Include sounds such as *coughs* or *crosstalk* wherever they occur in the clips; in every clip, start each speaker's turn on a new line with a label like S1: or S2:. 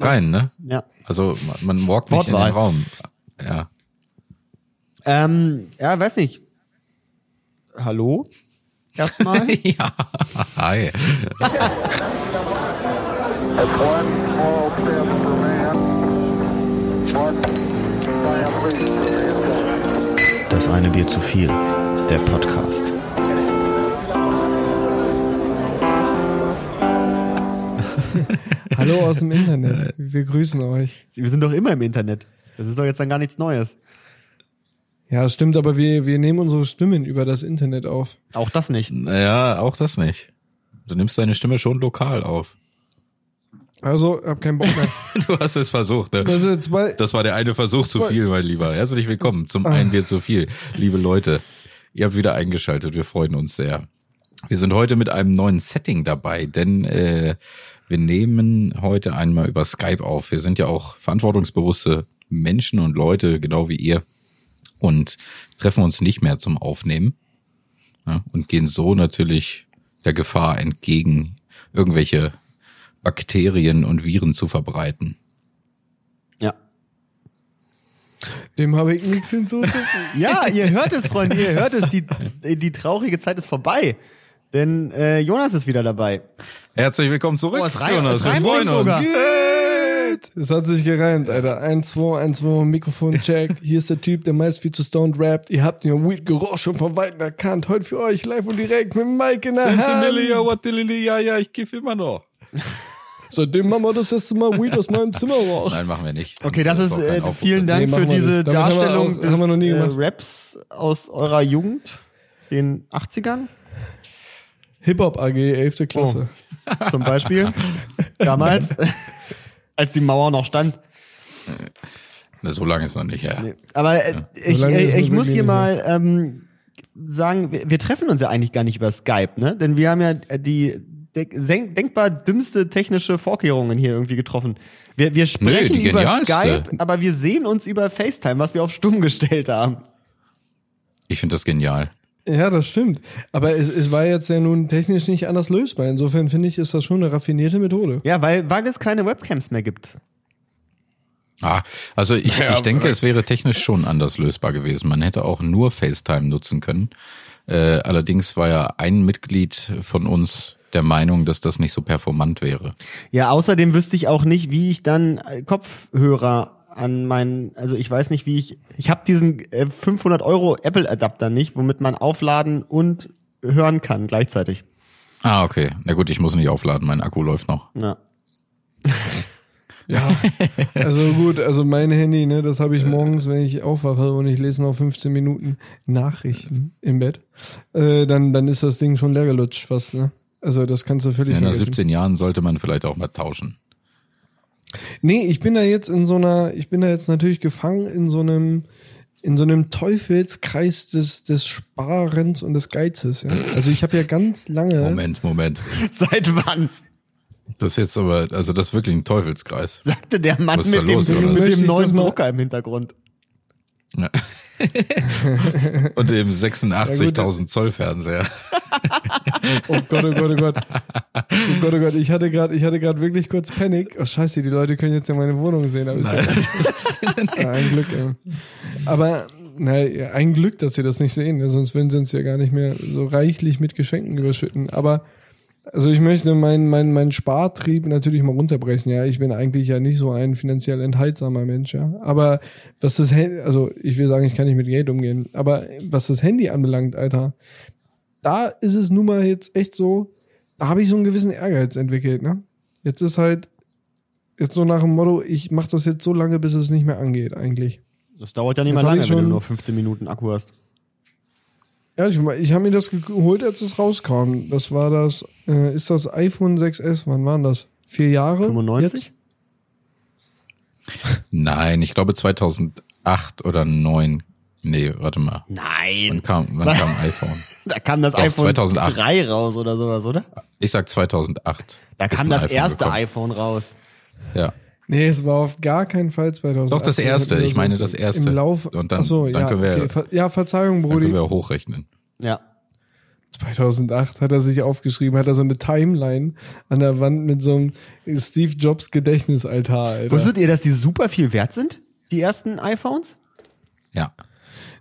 S1: rein, ne?
S2: Ja.
S1: Also man, man walkt nicht in den
S2: Wortwahl.
S1: Raum. Ja.
S2: Ähm, ja, weiß nicht. Hallo? Erstmal.
S1: *laughs* ja. Hi.
S3: That's one small step for man, one giant leap for mankind.
S4: Das eine Bier zu viel. Der Podcast.
S5: Hallo aus
S1: *laughs*
S5: dem Internet. Wir grüßen euch.
S2: Wir sind doch immer im Internet. Das ist doch jetzt dann gar nichts Neues.
S5: Ja, es stimmt, aber wir, wir nehmen unsere Stimmen über das Internet auf.
S2: Auch das nicht.
S1: Naja, auch das nicht. Du nimmst deine Stimme schon lokal auf. *laughs*
S5: Also, hab keinen Bock mehr.
S1: Du hast es versucht, ne?
S5: Das ist jetzt mal,
S1: Das war der eine Versuch zu viel, mein Lieber. Herzlich willkommen zum Ein Bier zu viel, liebe Leute. Ihr habt wieder eingeschaltet, wir freuen uns sehr. Wir sind heute mit einem neuen Setting dabei, denn äh, wir nehmen heute einmal über Skype auf. Wir sind ja auch verantwortungsbewusste Menschen und Leute, genau wie ihr, und treffen uns nicht mehr zum Aufnehmen ja, und gehen so natürlich der Gefahr entgegen, irgendwelche Bakterien und Viren zu verbreiten.
S2: Ja.
S5: dem habe ich nichts hinzuzufügen.
S2: Ja, ihr hört es, Freunde, ihr hört es. Die, die traurige Zeit ist vorbei. Denn äh, Jonas ist wieder dabei.
S1: Herzlich willkommen zurück.
S2: Oh, es reimt-
S1: Jonas.
S2: es
S1: Wir
S2: reimt
S1: freuen
S2: sich
S1: uns.
S2: sogar.
S5: Es hat sich gereimt, Alter. 1, 2, 1, 2, Mikrofon, check. Hier ist der Typ, der meist viel zu stoned rappt. Ihr habt den Weed-Geruch schon von Weitem erkannt. Heute für euch live und direkt mit Mike in der
S2: Ähm.
S1: Sensimilia,
S5: Hand.
S1: what the lily, ja, ja, ich kiff immer noch.
S5: Seitdem Mama das letzte Mal Weed aus meinem Zimmer raucht.
S1: Nein, machen wir nicht.
S2: Okay, das ist
S1: braucht keinen
S2: äh,
S1: Aufruf
S2: vielen
S1: dazu.
S2: Dank
S5: Nee,
S2: für
S5: machen wir
S2: diese
S5: nicht. Damit haben wir
S2: Darstellung
S5: auch- haben wir noch nie
S2: des äh,
S5: gemacht.
S2: Raps aus eurer Jugend, den 80ern
S5: Hip-Hop AG, 11.
S1: Oh.
S5: Klasse.
S2: zum *laughs* Beispiel. Damals, *laughs* als die Mauer noch stand.
S1: Na, Ne, So lange ist noch nicht her.
S2: Aber äh, ich,
S5: lange
S2: ich,
S5: ist
S2: ich
S5: man
S2: muss
S5: wirklich
S2: hier
S5: nicht
S2: mal ähm, sagen, wir, wir treffen uns ja eigentlich gar nicht über Skype, ne? Denn wir haben ja äh, die de sen- denkbar dümmste technische Vorkehrungen hier irgendwie getroffen. Wir, wir sprechen
S1: die
S2: über
S1: genialste.
S2: Skype, aber wir sehen uns über FaceTime, was wir auf stumm gestellt haben.
S1: Ich finde das genial.
S5: Ja, das stimmt. Aber es, es war jetzt ja nun technisch nicht anders lösbar. Insofern finde ich, ist das schon eine raffinierte Methode.
S2: Ja, weil, weil es keine Webcams mehr gibt.
S1: Ah, also ich, ich denke, es wäre technisch schon anders lösbar gewesen. Man hätte auch nur FaceTime nutzen können. Äh, allerdings war ja ein Mitglied von uns der Meinung, dass das nicht so performant wäre.
S2: Ja, außerdem wüsste ich auch nicht, wie ich dann äh, Kopfhörer an meinen, also ich weiß nicht, wie ich, ich habe diesen äh, 500 Euro Apple Adapter nicht, womit man aufladen und hören kann gleichzeitig.
S1: Ah, okay. Na gut, ich muss nicht aufladen, mein Akku läuft noch.
S2: Ja. *laughs*
S5: Ja. Also gut, also mein Handy, ne, das
S1: Äh.
S5: habe ich morgens, wenn ich aufwache und ich lese noch 15 Minuten Nachrichten im Bett, äh, dann, dann ist das Ding schon leer gelutscht fast, ne? Also das kannst du völlig
S1: Ja, nach
S5: vergessen.
S1: 17 Jahren sollte man vielleicht auch mal tauschen.
S5: Nee, ich bin da jetzt in so einer, ich bin da jetzt natürlich gefangen in so einem, in so einem Teufelskreis des, des Sparens und des Geizes, ja. Also ich habe ja ganz
S2: Äh?
S5: lange.
S1: Moment, Moment.
S2: Seit wann?
S1: Das ist jetzt aber, also das ist wirklich ein Teufelskreis.
S2: sagte der Mann
S1: Was ist da
S2: mit dem,
S1: los, oder?
S2: mit
S5: Möchte
S2: dem
S5: ich
S2: neuen
S5: das mal-
S2: Drucker im Hintergrund.
S1: Ja. *laughs* Und dem
S5: Ja,
S1: 86.000 Zoll Fernseher.
S5: Oh Gott, oh Gott, oh Gott. Oh Gott, oh Gott, ich hatte gerade, ich hatte gerade wirklich kurz Panik. Oh Scheiße, die Leute können jetzt ja meine Wohnung sehen, aber ist ja ja, ein Glück. Ey. Aber na, ja, ein Glück, dass sie das nicht sehen, ne? sonst würden sie uns ja gar nicht mehr so reichlich mit Geschenken überschütten. Aber also ich möchte meinen meinen meinen Spartrieb natürlich mal runterbrechen. Ja, ich bin eigentlich ja nicht so ein finanziell enthaltsamer Mensch. Ja, aber was das Handy, also ich will sagen, ich kann nicht mit Geld umgehen. Aber was das Handy anbelangt, Alter, da ist es nun mal jetzt echt so. Da habe ich so einen gewissen Ehrgeiz entwickelt. Ne, jetzt ist halt jetzt so nach dem Motto, ich mache das jetzt so lange, bis es nicht mehr angeht eigentlich.
S2: Das dauert ja nicht mal
S5: Jetzt hab
S2: lange,
S5: ich
S2: wenn du
S5: schon-
S2: nur 15 Minuten Akku hast.
S5: Ja, ich, ich habe mir das geholt, als es rauskam. Das war das, äh, ist das iPhone 6S, wann waren das? Vier Jahre?
S2: 95?
S5: Jetzt?
S1: Nein, ich glaube 2008 oder 9. Nee, warte mal. Wann
S2: Nein.
S1: kam, wann kam iPhone?
S2: Da kam das
S1: Doch,
S2: iPhone
S1: 2008.
S2: 3 raus oder sowas, oder?
S1: Ich sag 2008.
S2: Da
S1: ist
S2: kam
S1: ein
S2: das
S1: iPhone
S2: erste
S1: gekommen.
S2: iPhone raus.
S1: Ja.
S5: Nee, es war auf gar keinen Fall 2000.
S1: Doch, das erste. Ich meine das erste.
S5: Im Lauf.
S1: Und dann-
S5: Achso,
S1: dann
S5: ja,
S1: können wir-
S5: okay. Ver ja, Verzeihung,
S1: Dann können
S5: Brudi.
S1: wir hochrechnen.
S2: Ja.
S5: 2008 hat er sich aufgeschrieben, hat er so eine Timeline an der Wand mit so einem Steve Jobs Gedächtnisaltar, Alter.
S2: Wusstet ihr, dass die super viel wert sind? Die ersten iPhones?
S1: Ja,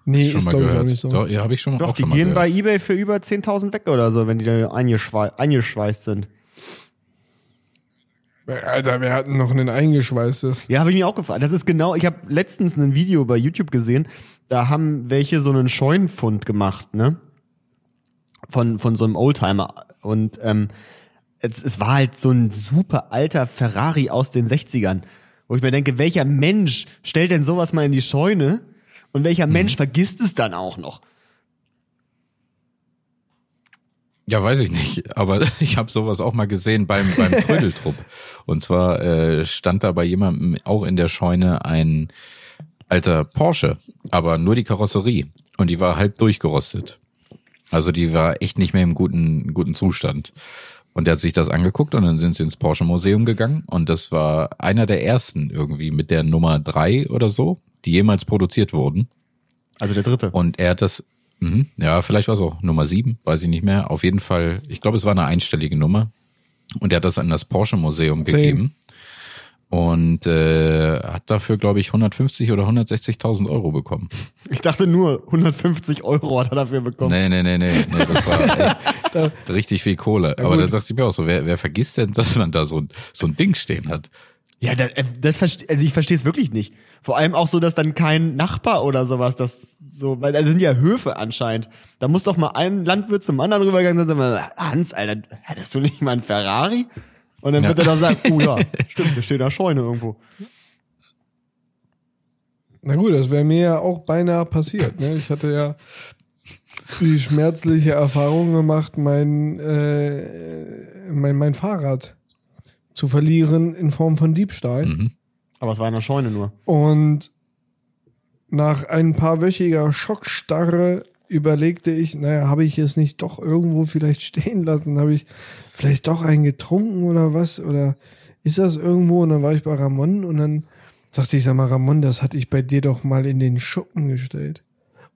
S5: Nee,
S1: schon
S5: ist
S1: mal
S5: glaube ich auch
S1: gehört.
S5: nicht so.
S1: Doch, ja, habe ich schon
S2: Doch,
S1: auch
S2: die
S1: schon mal
S2: gehen
S1: gehört.
S2: bei eBay für über 10.000 weg oder so, wenn die da eingeschweißt, eingeschweißt sind.
S5: Alter, wir hatten noch einen eingeschweißtes.
S2: Ja, habe ich mich auch gefragt. Das ist genau, ich habe letztens ein Video bei YouTube gesehen, da haben welche so einen Scheunenfund gemacht, ne? Von, von so einem Oldtimer. Und ähm, es, es war halt so ein super alter Ferrari aus den 60ern, wo ich mir denke, welcher Mensch stellt denn sowas mal in die Scheune und welcher
S1: Mhm.
S2: Mensch vergisst es dann auch noch?
S1: Ja, weiß ich nicht, aber *laughs* ich habe sowas auch mal gesehen beim, beim Trödeltrupp. Und zwar äh, stand da bei jemandem auch in der Scheune ein alter Porsche, aber nur die Karosserie. Und die war halb durchgerostet. Also die war echt nicht mehr im guten, guten Zustand. Und der hat sich das angeguckt und dann sind sie ins Porsche Museum gegangen. Und das war einer der ersten irgendwie mit der Nummer drei oder so, die jemals produziert wurden.
S2: Also der dritte.
S1: Und er hat das, mhm, ja, vielleicht war es auch Nummer sieben, weiß ich nicht mehr. Auf jeden Fall, ich glaube, es war eine einstellige Nummer. Und er hat das an das Porsche Museum
S5: Zehn.
S1: gegeben. Und äh, hat dafür, glaube ich, 150 oder 160.000 Euro bekommen.
S2: Ich dachte nur, 150 Euro hat er dafür bekommen.
S1: Nee, nee, nee, nee, nee das war
S5: *laughs*
S1: echt richtig viel Kohle. Aber
S5: gut.
S1: da dachte ich mir auch so, wer, wer vergisst denn, dass man da so ein, so ein Ding stehen hat?
S2: Ja, das, äh, das verste also ich verstehe es wirklich nicht. Vor allem auch so, dass dann kein Nachbar oder sowas das so, weil da sind ja Höfe anscheinend. Da muss doch mal ein Landwirt zum anderen rübergegangen sein und sagen, Hans, Alter, hättest du nicht mal einen Ferrari? Und dann wird er doch sagen, oh ja, stimmt, der steht in der Scheune irgendwo.
S5: Na gut, das wäre mir ja auch beinahe passiert. Ne? Ich hatte ja die schmerzliche Erfahrung gemacht, mein, äh, mein, mein Fahrrad zu verlieren in Form von Diebstahl.
S2: Aber es war in der Scheune nur.
S5: Und nach ein paar wöchiger Schockstarre überlegte ich, naja, habe ich es nicht doch irgendwo vielleicht stehen lassen? Habe ich vielleicht doch einen getrunken oder was? Oder ist das irgendwo? Und dann war ich bei Ramon und dann sagte ich, sag mal, Ramon, das hatte ich bei dir doch mal in den Schuppen gestellt.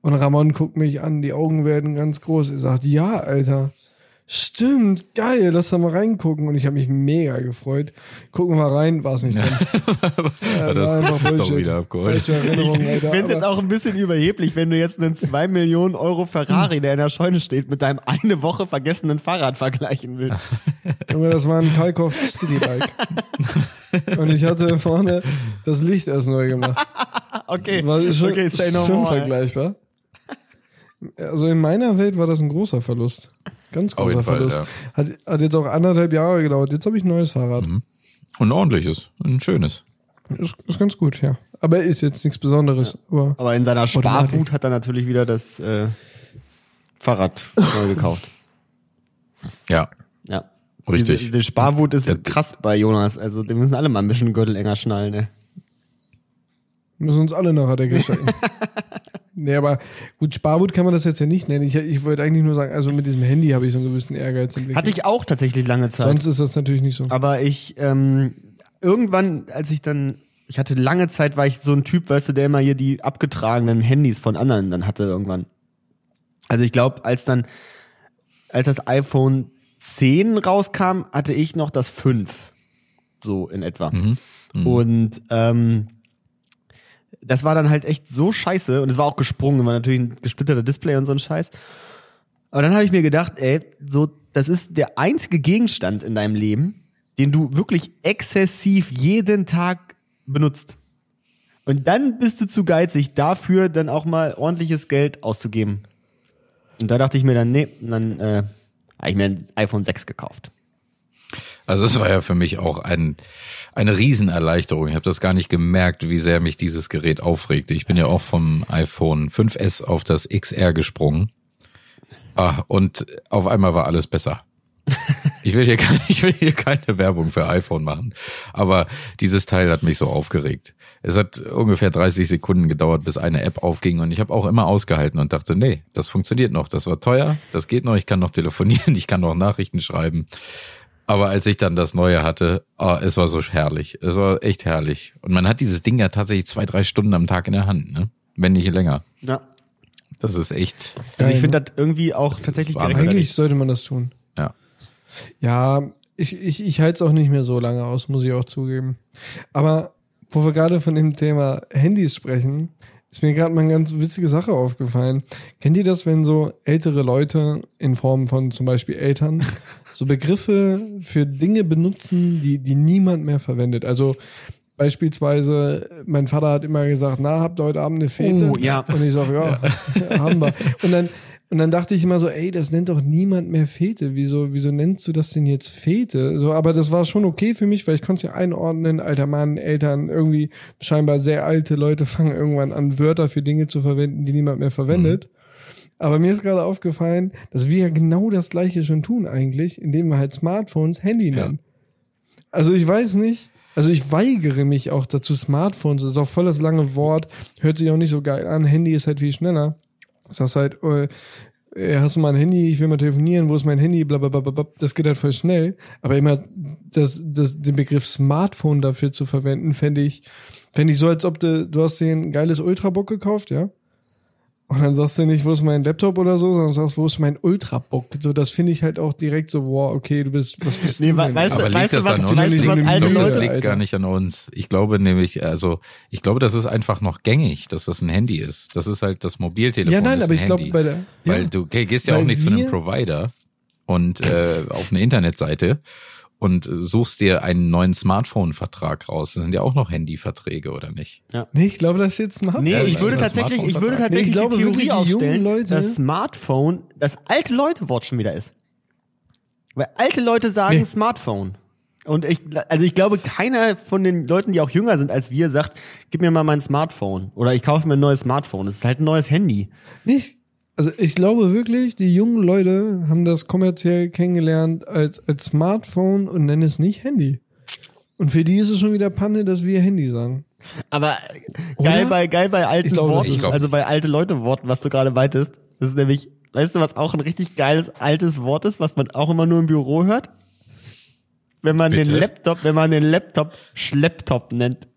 S5: Und Ramon guckt mich an, die Augen werden ganz groß. Er sagt, ja, Alter. Stimmt, geil, lass da mal reingucken. Und ich habe mich mega gefreut. Gucken wir mal rein, war es nicht drin.
S1: Ja,
S5: Ähm, war
S1: das
S5: einfach
S1: doch
S5: Bullshit.
S1: wieder abgeholt.
S5: Falsche Erinnerung,
S2: Ich
S5: Alter.
S2: find's jetzt
S5: aber-
S2: auch ein bisschen überheblich, wenn du jetzt einen 2 Millionen Euro Ferrari, der in der Scheune steht, mit deinem eine Woche vergessenen Fahrrad vergleichen willst.
S5: Junge, das war ein Kalkoff Citybike.
S1: *laughs*
S5: Und ich hatte vorne das Licht erst neu gemacht.
S2: Okay,
S5: War schon,
S2: okay, say no
S5: schon
S2: more, ey.
S5: vergleichbar. Also in meiner Welt war das ein großer Verlust. Ganz
S1: Auf
S5: großer
S1: jeden Fall,
S5: Verlust. hat, hat jetzt auch anderthalb Jahre gedauert. Jetzt habe ich ein neues Fahrrad.
S1: Mhm. Und ein ordentliches, ein schönes.
S5: Ist, ist ganz gut, ja. Aber ist jetzt nichts Besonderes. Aber
S2: Aber in seiner
S5: Automatik.
S2: Sparwut hat er natürlich wieder das äh, Fahrrad
S5: *laughs*
S2: neu gekauft.
S1: Ja,
S2: Ja.
S1: Richtig.
S2: Diese, die Sparwut ist
S1: Ja, d-
S2: krass bei Jonas. Also, den müssen alle mal ein bisschen Gürtel enger schnallen. Ne?
S5: müssen uns alle nachher der Decke
S2: *laughs*
S5: stecken. Nee, aber gut, Sparwut kann man das jetzt ja nicht nennen. Ich, ich wollte eigentlich nur sagen, also mit diesem Handy habe ich so einen gewissen Ehrgeiz entwickelt.
S2: Hatte ich auch tatsächlich lange Zeit.
S5: Sonst ist das natürlich nicht so.
S2: Aber ich, ähm, irgendwann, als ich dann, ich hatte lange Zeit, war ich so ein Typ, weißt du, der immer hier die abgetragenen Handys von anderen dann hatte irgendwann. Also ich glaube, als dann, als das iPhone 10 rauskam, hatte ich noch das 5. So in etwa.
S1: mhm.
S2: Und ähm, das war dann halt echt so scheiße und es war auch gesprungen, war natürlich ein gesplitterter Display und so ein Scheiß. Aber dann habe ich mir gedacht, ey, so, das ist der einzige Gegenstand in deinem Leben, den du wirklich exzessiv jeden Tag benutzt. Und dann bist du zu geizig, dafür dann auch mal ordentliches Geld auszugeben. Und da dachte ich mir dann, nee, und dann äh, habe ich mir ein iPhone 6 gekauft.
S1: Also es war ja für mich auch ein, eine Riesenerleichterung. Ich habe das gar nicht gemerkt, wie sehr mich dieses Gerät aufregte. Ich bin ja auch vom iPhone 5S auf das XR gesprungen. Ah, und auf einmal war alles besser. Ich will, hier, ke- ich will hier keine Werbung für iPhone machen, aber dieses Teil hat mich so aufgeregt. Es hat ungefähr 30 Sekunden gedauert, bis eine App aufging und ich habe auch immer ausgehalten und dachte, nee, das funktioniert noch, das war teuer, das geht noch, ich kann noch telefonieren, *laughs* ich kann noch Nachrichten schreiben. Aber als ich dann das Neue hatte, ah, es war so herrlich. Es war echt herrlich. Und man hat dieses Ding ja tatsächlich zwei, drei Stunden am Tag in der Hand, ne? Wenn nicht länger.
S2: Ja.
S1: Das ist echt.
S2: Also ich
S5: Geil,
S2: finde das irgendwie auch tatsächlich
S1: Wahnsinn.
S5: Eigentlich sollte man das tun.
S1: Ja.
S5: Ja, ich, ich, ich halte es auch nicht mehr so lange aus, muss ich auch zugeben. Aber wo wir gerade von dem Thema Handys sprechen, ist mir gerade mal eine ganz witzige Sache aufgefallen. Kennt ihr das, wenn so ältere Leute in Form von zum
S2: *laughs*
S5: Beispiel Eltern so Begriffe für Dinge benutzen, die, die niemand mehr verwendet? Also beispielsweise, mein Vater hat immer gesagt, na, habt ihr heute Abend eine Fete?
S2: Oh, ja.
S5: Und ich sage, ja, haben wir. Und dann, und dann dachte ich immer so, ey, das nennt doch niemand mehr Fete. Wieso, wieso nennst du das denn jetzt Fete? So, aber das war schon okay für mich, weil ich konnte es ja einordnen. Alter Mann, Eltern, irgendwie scheinbar sehr alte Leute *laughs* fangen irgendwann an, Wörter für Dinge zu verwenden, die niemand mehr verwendet. Aber mir ist gerade aufgefallen, dass wir ja genau das gleiche schon tun eigentlich, indem wir halt Smartphones Handy nennen. Also ich weiß nicht. Also ich weigere mich auch dazu, Smartphones, das ist auch voll das lange Wort, hört sich auch nicht so geil an, Handy ist halt viel schneller. Das heißt halt, äh, äh, hast du mal ein Handy, ich will mal telefonieren, wo ist mein Handy, bla bla bla bla, bla. das geht halt voll schnell. Aber immer das, das, den Begriff Smartphone dafür zu verwenden, fände ich, fände ich so, als ob du, du hast dir ein geiles Ultrabook gekauft, ja? Und dann sagst du nicht, wo ist mein Laptop oder so, sondern sagst, wo ist mein Ultrabook? So, das finde ich halt auch direkt so, wow, okay, du bist, was bist
S2: Nee,
S5: du
S2: wa-
S5: denn?
S2: weißt du-
S1: Aber liegt das
S2: was-
S1: an uns?
S2: weißt du,
S1: Ich
S2: was
S1: glaube,
S2: alte
S1: das
S2: Leute-
S1: liegt gar nicht an uns. Ich glaube nämlich, also ich glaube, das ist einfach noch gängig, dass das ein Handy ist. Das ist halt das Mobiltelefon.
S5: Ja, nein,
S1: ist
S5: aber
S1: ein
S5: ich glaube
S1: Handy.
S5: bei der.
S1: Weil
S5: ja.
S1: du ge- gehst ja
S5: Weil
S1: auch nicht zu einem
S5: wir-
S1: Provider und äh, auf eine Internetseite und äh, suchst dir einen neuen Smartphone-Vertrag raus. Das sind ja auch noch Handyverträge, oder nicht?
S5: Nee, ich glaube, das ist jetzt mal.
S2: Nee,
S1: Ja,
S2: ich
S1: das
S2: würde
S1: ist ein
S2: tatsächlich, ich würde
S1: Smartphone-Vertrag.
S2: tatsächlich
S5: Nee, ich glaube
S2: die Theorie
S5: wirklich, die jungen
S2: aufstellen,
S5: Leute-
S2: dass Smartphone das alte Leute Wort schon wieder ist. Weil alte Leute sagen
S5: Nee.
S2: Smartphone. Und ich, also ich glaube, keiner von den Leuten, die auch jünger sind als wir, sagt, gib mir mal mein Smartphone. Oder ich kaufe mir ein neues Smartphone. Es ist halt ein neues Handy.
S5: Nicht. Also ich glaube wirklich, die jungen Leute haben das kommerziell kennengelernt als, als Smartphone und nennen es nicht Handy. Und für die ist es schon wieder Panne, dass wir Handy sagen.
S2: Aber geil bei, geil bei alten
S5: Ich glaube, das
S2: Worten,
S1: ist-
S2: also bei alte Leute Worten, was du gerade meintest. Das ist nämlich, weißt du, was auch ein richtig geiles altes Wort ist, was man auch immer nur im Büro hört? Wenn man
S1: Bitte?
S2: den Laptop, wenn man den Laptop Schlepptop nennt.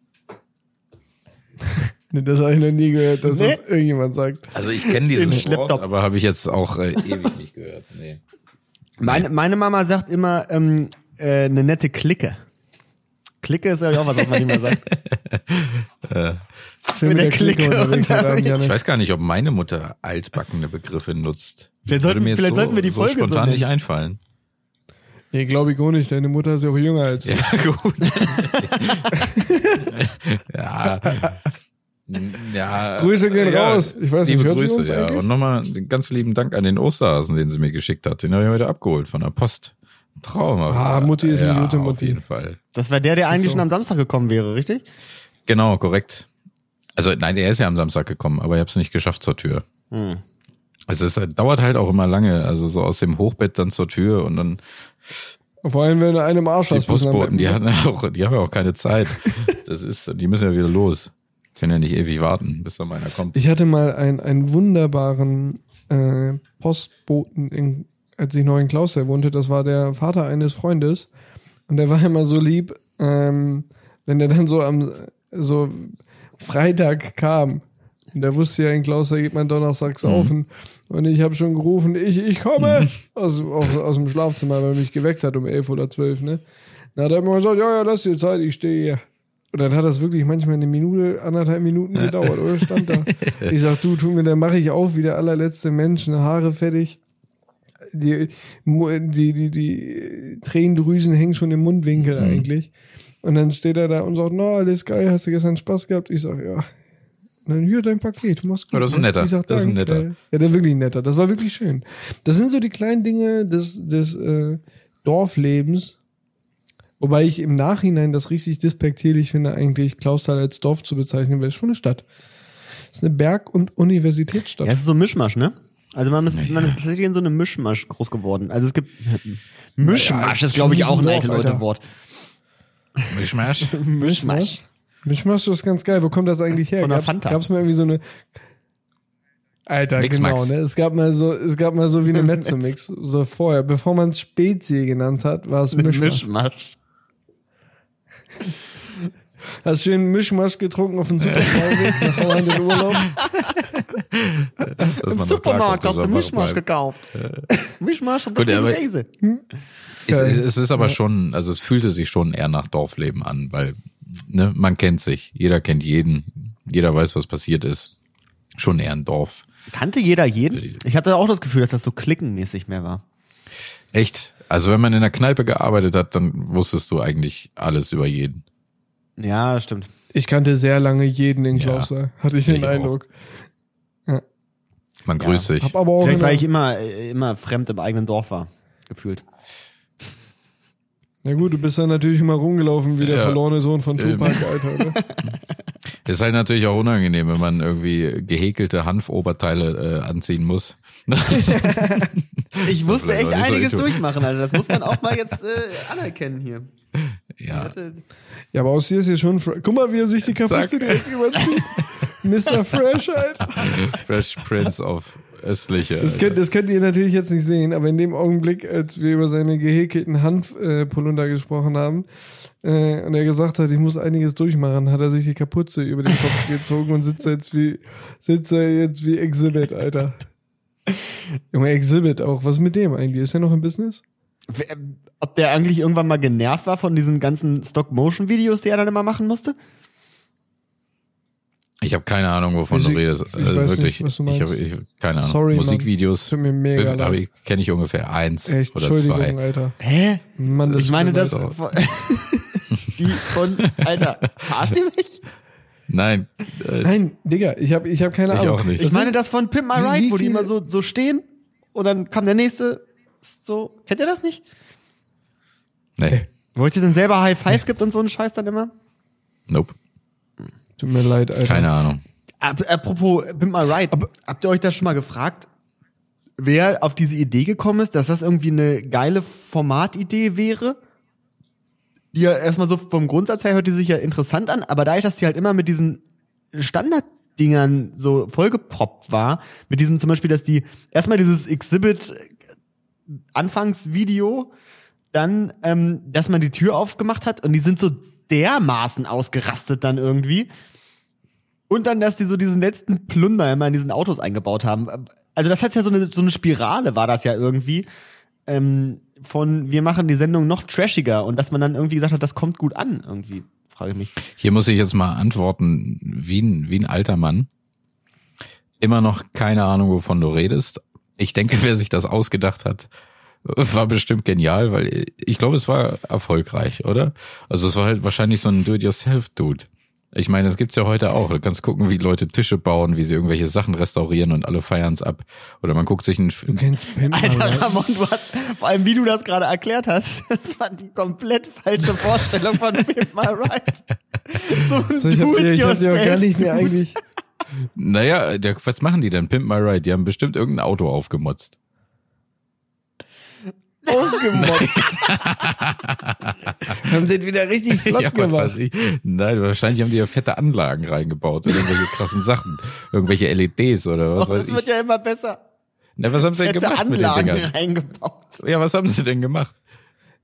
S5: Nee, das habe ich noch nie gehört, dass
S2: Nee.
S5: das irgendjemand sagt.
S1: Also ich kenne dieses
S2: Den Laptop.
S1: Wort, aber habe ich jetzt auch äh, ewig nicht gehört. Nee.
S2: Meine, meine Mama sagt immer, ähm, äh, eine nette Clique. Clique ist ja auch was, was man immer *laughs* sagt.
S5: Schön
S2: Mit der Clique
S5: unterwegs heute Abend,
S1: Ich
S5: Janis.
S1: weiß gar nicht, ob meine Mutter altbackene Begriffe nutzt. Würde
S2: Vielleicht sollten-
S1: mir jetzt
S2: vielleicht
S1: so,
S2: sollten wir die Folge so
S1: so spontan nicht
S2: nennen.
S1: einfallen.
S5: Nee, glaube ich auch nicht. Deine Mutter ist ja auch jünger als du.
S1: Ja, gut. ja. ja.
S5: Grüße gehen raus. Ich weiß nicht,
S1: liebe
S5: hört sie
S1: Grüße,
S5: uns
S1: ja.
S5: eigentlich?
S1: Und nochmal einen ganz lieben Dank an den Osterhasen, den sie mir geschickt hat. Den habe ich heute abgeholt von der Post. Trauma.
S5: Ah, Mutti ist eine
S1: ja,
S5: gute
S1: Auf
S5: Mutti.
S1: jeden Fall.
S2: Das war der, der eigentlich
S5: So.
S2: schon am Samstag gekommen wäre, richtig?
S1: Genau, korrekt. Also nein, er ist ja am Samstag gekommen, aber ich habe es nicht geschafft zur Tür.
S2: Hm.
S1: Also es dauert halt auch immer lange, also so aus dem Hochbett dann zur Tür und dann
S5: Vor allem, wenn du einen im Arsch
S1: die
S5: hast. müssen wir am
S1: Postboten, die
S5: Bett-
S1: hatten auch, die haben ja auch keine
S2: *laughs*
S1: Zeit. Das ist, die müssen ja wieder los. Können ja nicht ewig warten, bis da meiner kommt.
S5: Ich hatte mal einen, einen wunderbaren äh, Postboten, in, als ich noch in Klausel wohnte. Das war der Vater eines Freundes. Und der war immer so lieb, ähm, wenn der dann so am so Freitag kam. Und der wusste ja, in Klausel geht man donnerstags auf. Und- Und ich habe schon gerufen, ich, ich komme aus, aus, aus dem Schlafzimmer, weil er mich geweckt hat um elf oder zwölf. Ne? Dann hat er immer gesagt, ja, ja, lass dir Zeit, ich stehe hier. Und dann hat das wirklich manchmal eine Minute, anderthalb Minuten gedauert, oder? Stand da. Ich sag, du, tu mir, dann mache ich auf wie der allerletzte Mensch, ne, Haare fertig. Die, Mu- die, die, die Tränendrüsen hängen schon im Mundwinkel
S1: Mhm.
S5: eigentlich. Und dann steht er da und sagt, na, alles geil, hast du gestern Spaß gehabt? Ich sag, ja. Und dann, hier, dein Paket, du machst gut.
S1: Ja, das ist ein
S5: ne?
S1: netter.
S5: Ich sag,
S1: Das ist ein
S5: danke.
S1: netter.
S5: Ja, das ist wirklich ein netter. Das war wirklich schön. Das sind so die kleinen Dinge des, des äh, Dorflebens, Wobei ich im Nachhinein das richtig despektierlich finde, eigentlich Klausthal als Dorf zu bezeichnen, weil es ist schon eine Stadt. Es ist eine Berg- und Universitätsstadt.
S2: Ja, es ist so ein Mischmasch, ne? Also man ist, man ist tatsächlich in so einem Mischmasch groß geworden. Also es *laughs* gibt Mischmasch
S5: es
S2: ist, glaube ich,
S5: ist
S2: auch ein
S5: ein
S2: alte
S5: Dorf, Alter.
S2: Leute Wort.
S1: Mischmasch.
S2: Mischmasch.
S5: Mischmasch ist ganz geil. Wo kommt das eigentlich her?
S2: Von der
S5: gab's,
S2: Fanta.
S5: gab's mal irgendwie so eine. Alter,
S1: Mixmax.
S5: genau, ne? Es gab mal so, es gab
S2: *laughs*
S5: mal so wie eine Mezzomix, so vorher. Bevor man Spezi genannt hat, war es Mischmasch.
S2: Mischmasch.
S5: Hast schön Mischmasch
S2: *laughs*
S5: getrunken auf dem Supermarkt nach Hause in den Urlaub.
S1: dass man
S2: Im
S1: noch
S2: Supermarkt
S1: klarkommt,
S2: hast
S1: dass
S2: du
S1: man wach
S2: Mischmasch
S1: bleibt.
S2: gekauft. Äh. *laughs* Mischmasch und
S1: Gut,
S2: dann
S1: aber-
S2: Käse.
S1: Es, es ist aber schon, also es fühlte sich schon eher nach Dorfleben an, weil ne, man kennt sich, jeder kennt jeden, jeder weiß, was passiert ist. Schon eher ein Dorf.
S2: Kannte jeder jeden? Ich hatte auch das Gefühl, dass das so klickenmäßig mehr war.
S1: Echt? Also wenn man in der Kneipe gearbeitet hat, dann wusstest du eigentlich alles über jeden.
S2: Ja, stimmt.
S5: Ich kannte sehr lange jeden in
S1: Ja.
S5: Klauser, hatte ich
S1: Ich
S5: den
S1: auch.
S5: Eindruck.
S1: Man grüßt sich.
S5: Hab aber auch
S2: Vielleicht,
S5: in
S2: weil
S5: einer-
S2: ich immer, äh, immer fremd im eigenen Dorf war. Gefühlt.
S5: Na gut, du bist dann natürlich immer rumgelaufen wie der
S1: Ja.
S5: verlorene Sohn von
S1: Ähm.
S5: Tupac, Alter. Ne?
S1: Ist halt natürlich auch unangenehm, wenn man irgendwie gehäkelte Hanfoberteile äh, anziehen muss. *laughs*
S2: Ich musste
S1: vielleicht auch
S2: echt
S1: nicht so
S2: einiges
S1: echt tun.
S2: durchmachen, also das muss man auch *laughs* mal jetzt äh, anerkennen hier.
S1: ja.
S5: Ja, aber aus dir ist hier schon. fre- Guck mal, wie er sich die Kapuze
S1: Äh, Zack.
S5: direkt überzieht. Mr. Fresh, Alter.
S1: Fresh Prince auf östliche.
S5: Das könnt, das könnt ihr natürlich jetzt nicht sehen, aber in dem Augenblick, als wir über seine gehäkelten Hanfpolunder gesprochen haben äh, und er gesagt hat, ich muss einiges durchmachen, hat er sich die Kapuze über den Kopf gezogen und sitzt jetzt wie sitzt er jetzt wie Exhibit, Alter. Junge, Exhibit auch. Was ist mit dem eigentlich? Ist er noch im Business?
S2: Wer- Ob der eigentlich irgendwann mal genervt war von diesen ganzen Stop-Motion-Videos, die er dann immer machen musste?
S1: Ich habe keine Ahnung, wovon
S5: Ich-
S1: du redest.
S5: ich
S1: also
S5: weiß
S1: wirklich,
S5: nicht, was du
S1: ich habe
S5: meinst.
S1: ich, keine Ahnung.
S5: Sorry, Mann.
S1: Musikvideos
S5: Tut mir mega
S1: aber
S5: leid.
S1: ich kenne ich ungefähr eins
S5: Echt,
S1: oder
S5: Entschuldigung,
S1: zwei.
S5: Alter.
S2: Hä?
S5: Mann, das
S2: Ich meine,
S5: tut mir
S2: das.
S5: leid.
S2: *laughs* die von. Alter, verarscht ihr mich?
S1: Nein, äh,
S5: Nein, Digga, ich habe ich hab keine
S1: Ich
S5: Ahnung.
S1: auch nicht.
S2: Ich
S5: Das
S2: meine das von Pimp My
S5: Wie-
S2: Ride,
S5: wie
S2: wo die
S5: viele-
S2: immer so, so stehen und dann kam der nächste. So. Kennt ihr das nicht?
S1: nee,
S2: Wo ihr dann selber High Five gibt und so einen Scheiß dann immer?
S1: nope,
S5: sind- tut mir leid, Alter.
S1: keine Ahnung.
S2: Ap apropos Pimp My Ride, habt ihr euch das schon mal gefragt, wer auf diese Idee gekommen ist, dass das irgendwie eine geile Formatidee wäre? Die ja erstmal so vom Grundsatz her hört die sich ja interessant an, aber dadurch, dass die halt immer mit diesen Standarddingern so vollgeproppt war, mit diesem zum Beispiel, dass die erstmal dieses Exhibit Anfangsvideo, dann, ähm, dass man die Tür aufgemacht hat und die sind so dermaßen ausgerastet dann irgendwie. Und dann, dass die so diesen letzten Plunder immer in diesen Autos eingebaut haben. Also das hat ja so eine, so eine Spirale, war das ja irgendwie. Ähm, von wir machen die Sendung noch trashiger und dass man dann irgendwie gesagt hat, das kommt gut an, irgendwie, frage ich mich.
S5: *laughs*
S1: Hier muss ich jetzt mal antworten, wie ein, wie ein alter Mann. Immer noch keine Ahnung, wovon du redest. Ich denke, *laughs* wer sich das ausgedacht hat, war bestimmt genial, weil ich glaube, es war erfolgreich, oder? Also es war halt wahrscheinlich so ein Do-it-yourself-Dude. Ich meine, das gibt's ja heute auch. Du kannst gucken, wie Leute Tische bauen, wie sie irgendwelche Sachen restaurieren und alle feiern's ab. Oder man guckt sich einen,
S5: Du kennst Pimp My
S2: Alter
S5: Ride.
S2: Ramon, du hast, vor allem wie du das gerade erklärt hast, *laughs* das war die komplett falsche Vorstellung
S5: *laughs*
S2: von Pimp My Ride. So ein
S5: So, ich hab dir, ich hab dir auch gar nicht
S2: Do-it-yourself-Dude.
S5: mehr eigentlich.
S1: *laughs* naja, der, was machen die denn? Pimp My Ride, die haben bestimmt irgendein Auto aufgemotzt.
S5: *laughs*
S2: *laughs*
S5: Haben sie wieder richtig flott
S1: Ja, was weiß
S5: gemacht.
S1: ich. Nein, wahrscheinlich haben die ja fette Anlagen reingebaut oder irgendwelche krassen Sachen. Irgendwelche LEDs oder was
S2: Oh,
S1: weiß
S2: das wird
S1: ich.
S2: ja immer besser.
S1: Na, was haben sie denn
S2: Hätte
S1: gemacht mit den
S2: Anlagen
S1: Dingern?
S2: reingebaut.
S1: Ja, was haben sie denn gemacht?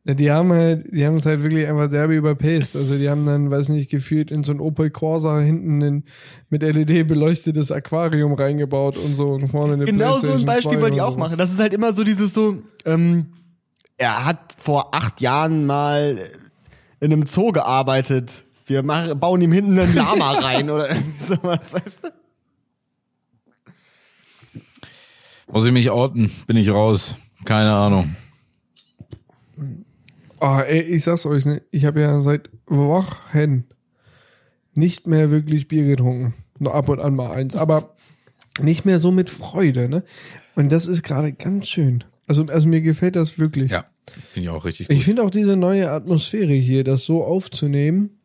S5: Na, Die haben halt, die haben es halt wirklich einfach derbe überpaced. Also die haben dann, weiß nicht, gefühlt in so ein Opel Corsa hinten ein mit LED beleuchtetes Aquarium reingebaut und so und vorne eine
S2: genau so ein
S5: PlayStation 2
S2: Beispiel wollte ich
S5: und
S2: auch
S5: sowas.
S2: machen. Das ist halt immer so dieses so, ähm, er hat vor acht Jahren mal in einem Zoo gearbeitet. Wir machen, bauen ihm hinten einen *laughs* Lama rein oder irgendwie sowas, weißt du?
S1: Muss ich mich orten? Bin ich raus? Keine Ahnung.
S5: Oh, ey, ich sag's euch, ne? ich habe ja seit Wochen nicht mehr wirklich Bier getrunken. Nur ab und an mal eins, aber nicht mehr so mit Freude, ne? Und das ist gerade ganz schön. Also, also mir gefällt das wirklich.
S1: Ja, finde ich auch richtig gut.
S5: Ich finde auch diese neue Atmosphäre hier, das so aufzunehmen,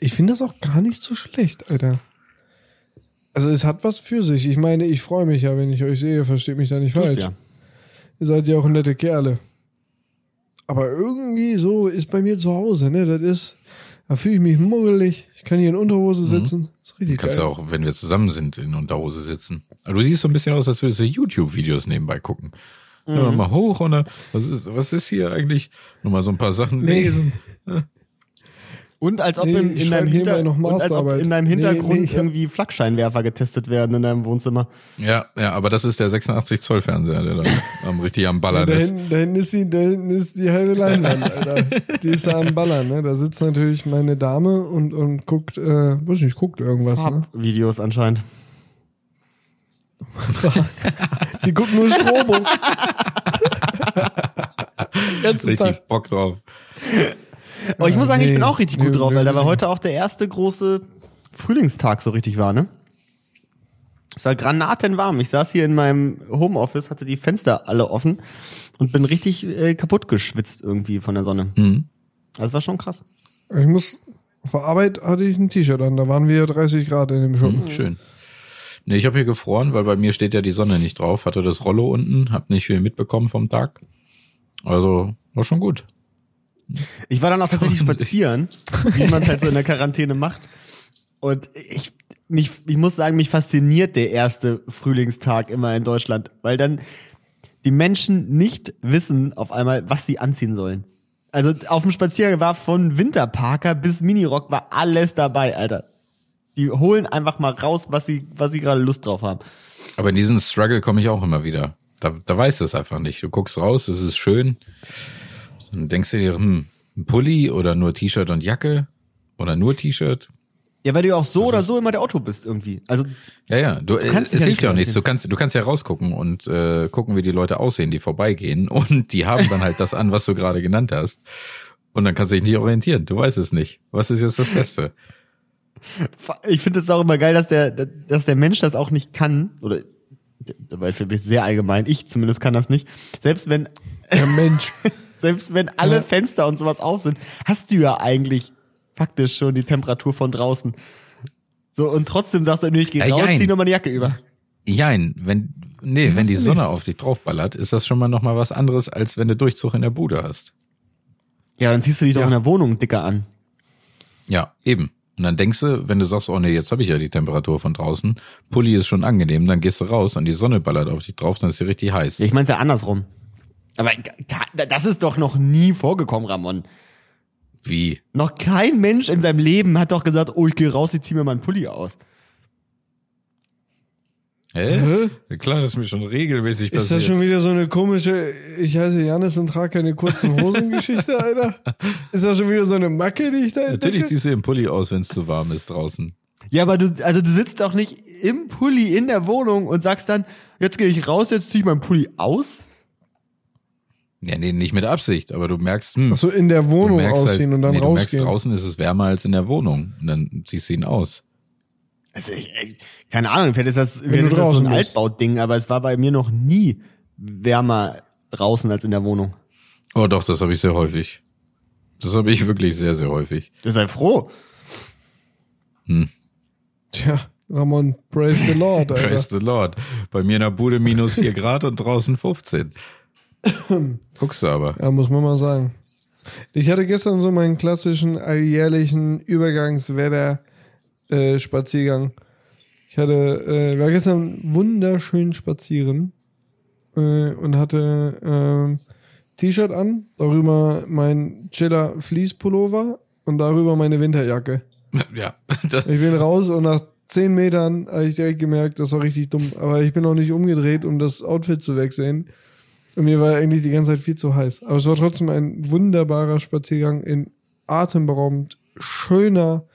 S5: ich finde das auch gar nicht so schlecht, Alter. Also es hat was für sich. Ich meine, ich freue mich ja, wenn ich euch sehe, versteht mich da nicht falsch.
S2: ja.
S5: Ihr seid ja auch nette Kerle. Aber irgendwie so ist bei mir zu Hause, ne? Das ist, da fühle ich mich muggelig. Ich kann hier in Unterhose sitzen. ist richtig
S1: Du Mhm. kannst ja
S5: geil.
S1: auch, wenn wir zusammen sind, in Unterhose sitzen. Aber du siehst so ein bisschen aus, als würdest du YouTube-Videos nebenbei gucken. Ja,
S5: Mhm.
S1: mal hoch und dann, was ist, was ist hier eigentlich? Nur mal so ein paar Sachen
S5: Nee.
S1: lesen.
S2: Und als ob
S5: Nee,
S2: in,
S5: ich
S2: in, deinem
S5: schreib nebenbei
S2: Hinter
S5: noch
S2: und als ob
S5: Masterarbeit.
S2: in deinem
S5: Nee,
S2: Hintergrund
S5: nee, ich hab-
S2: irgendwie Flaggscheinwerfer getestet werden in deinem Wohnzimmer.
S1: Ja, ja, aber das ist der 86 Zoll Fernseher, der da am richtig am
S5: *laughs*
S1: Ballern
S5: da,
S1: ist.
S5: hinten, da hinten ist die, da hinten ist die halbe Leinwand, Alter. Die ist da am Ballern, ne? Da sitzt natürlich meine Dame und, und guckt, äh, weiß nicht, guckt irgendwas, ne?
S2: Videos anscheinend.
S5: Die guckt
S1: *laughs*
S5: nur Strobo. Ganzen Tag.
S1: Richtig Bock drauf.
S2: Aber ich muss sagen, ich
S5: nee,
S2: bin auch richtig gut
S5: nee,
S2: drauf, weil da war
S5: wirklich.
S2: heute auch der erste große Frühlingstag so richtig war, ne? Es war granatenwarm. Ich saß hier in meinem Homeoffice, hatte die Fenster alle offen und bin richtig äh, kaputt geschwitzt irgendwie von der Sonne.
S1: Hm.
S2: Das war schon krass.
S5: Ich muss, auf der Arbeit hatte ich ein T-Shirt an, da waren wir 30 Grad in dem Schuppen.
S1: Hm, schön. Nee, ich habe hier gefroren, weil bei mir steht ja die Sonne nicht drauf. Hatte das Rollo unten, hab nicht viel mitbekommen vom Tag. Also war schon gut.
S2: Ich war dann auch tatsächlich spazieren, wie man es halt so in der Quarantäne macht. Und ich, mich, ich muss sagen, mich fasziniert der erste Frühlingstag immer in Deutschland, weil dann die Menschen nicht wissen auf einmal, was sie anziehen sollen. Also auf dem Spaziergang war von Winterparker bis Minirock war alles dabei, Alter. Die holen einfach mal raus, was sie, was sie gerade Lust drauf haben.
S1: Aber in diesen Struggle komme ich auch immer wieder. Da, da weißt du es einfach nicht. Du guckst raus, es ist schön. Dann denkst du dir, hm, ein Pulli oder nur T-Shirt und Jacke oder nur T-Shirt.
S2: Ja, weil du ja auch so oder so immer der Otto bist irgendwie. Also
S1: Ja, ja, du, äh,
S2: kannst
S1: es
S2: dich
S1: hilft
S2: ja nicht
S1: ja auch nichts.
S2: anziehen.
S1: Du kannst, du kannst ja rausgucken und äh, gucken, wie die Leute aussehen, die vorbeigehen. *laughs* Und die haben dann halt das an, was du gerade genannt hast. Und dann kannst du dich nicht orientieren. Du weißt es nicht. Was ist jetzt das Beste?
S2: Ich finde es auch immer geil, dass der, dass der Mensch das auch nicht kann. Oder, weil für mich sehr allgemein, ich zumindest kann das nicht. Selbst wenn, *laughs*
S5: Der Mensch.
S2: selbst wenn alle
S5: Ja.
S2: Fenster und sowas auf sind, hast du ja eigentlich faktisch schon die Temperatur von draußen. So, und trotzdem sagst du, nee, ich gehe
S1: Ja,
S2: raus,
S1: jein.
S2: zieh nur meine Jacke über.
S1: Jein, wenn, nee, wenn die Sonne auf dich draufballert, ist das schon mal nochmal was anderes, als wenn du Durchzug in der Bude hast.
S2: Ja, dann ziehst du dich doch in der Wohnung dicker an.
S1: Ja, eben. Und dann denkst du, wenn du sagst, oh nee, jetzt habe ich ja die Temperatur von draußen, Pulli ist schon angenehm, dann gehst du raus und die Sonne ballert auf dich drauf, dann ist sie richtig heiß.
S2: Ja, Ich meine es ja andersrum. Aber ka- das ist doch noch nie vorgekommen, Ramon.
S1: Wie?
S2: Noch kein Mensch in seinem Leben hat doch gesagt, oh, ich gehe raus, ich zieh mir meinen Pulli aus.
S1: Hä? Klar, das ist mir schon regelmäßig
S5: Ist
S1: passiert.
S5: das schon wieder so eine komische, ich heiße Janis und trage keine kurzen
S1: *laughs*
S5: Hosen-Geschichte, Alter? Ist das schon wieder so eine Macke, die ich da
S1: Natürlich
S5: entdecke?
S1: ziehst du den Pulli aus, wenn es zu warm ist draußen.
S2: Ja, aber du, also du sitzt doch nicht im Pulli in der Wohnung und sagst dann, jetzt gehe ich raus, jetzt zieh ich meinen Pulli aus.
S1: Ja, nee, nicht mit Absicht, aber du merkst, hm,
S5: Ach so in der
S1: du
S5: Wohnung
S1: merkst
S5: ausziehen
S1: halt,
S5: und dann
S1: nee, du merkst,
S5: rausgehen.
S1: draußen ist es wärmer als in der Wohnung und dann ziehst du ihn aus.
S2: Also ich, ich, keine Ahnung, vielleicht ist das, vielleicht
S5: du
S2: ist das so ein
S5: draußen bist.
S2: Altbauding, aber es war bei mir noch nie wärmer draußen als in der Wohnung.
S1: Oh doch, das habe ich sehr häufig. Das habe ich wirklich sehr, sehr häufig.
S2: Das sei froh.
S5: Tja, Ramon, praise the Lord,
S1: *laughs*
S5: Alter.
S1: Praise the Lord. Bei mir in der Bude minus 4 Grad und draußen
S5: *laughs*
S1: 15. Guckst du aber.
S5: Ja, muss man mal sagen. Ich hatte gestern so meinen klassischen alljährlichen Übergangswetter-Spaziergang. ich hatte, äh, war gestern wunderschön spazieren äh, und hatte ähm, T-Shirt an, darüber mein Chiller Fleece-Pullover und darüber meine Winterjacke.
S1: Ja, das,
S5: Ich bin raus und nach zehn Metern habe ich direkt gemerkt, das war richtig dumm. Aber ich bin auch nicht umgedreht, um das Outfit zu wechseln. Und mir war eigentlich die ganze Zeit viel zu heiß. Aber es war trotzdem ein wunderbarer Spaziergang in atemberaubend schöner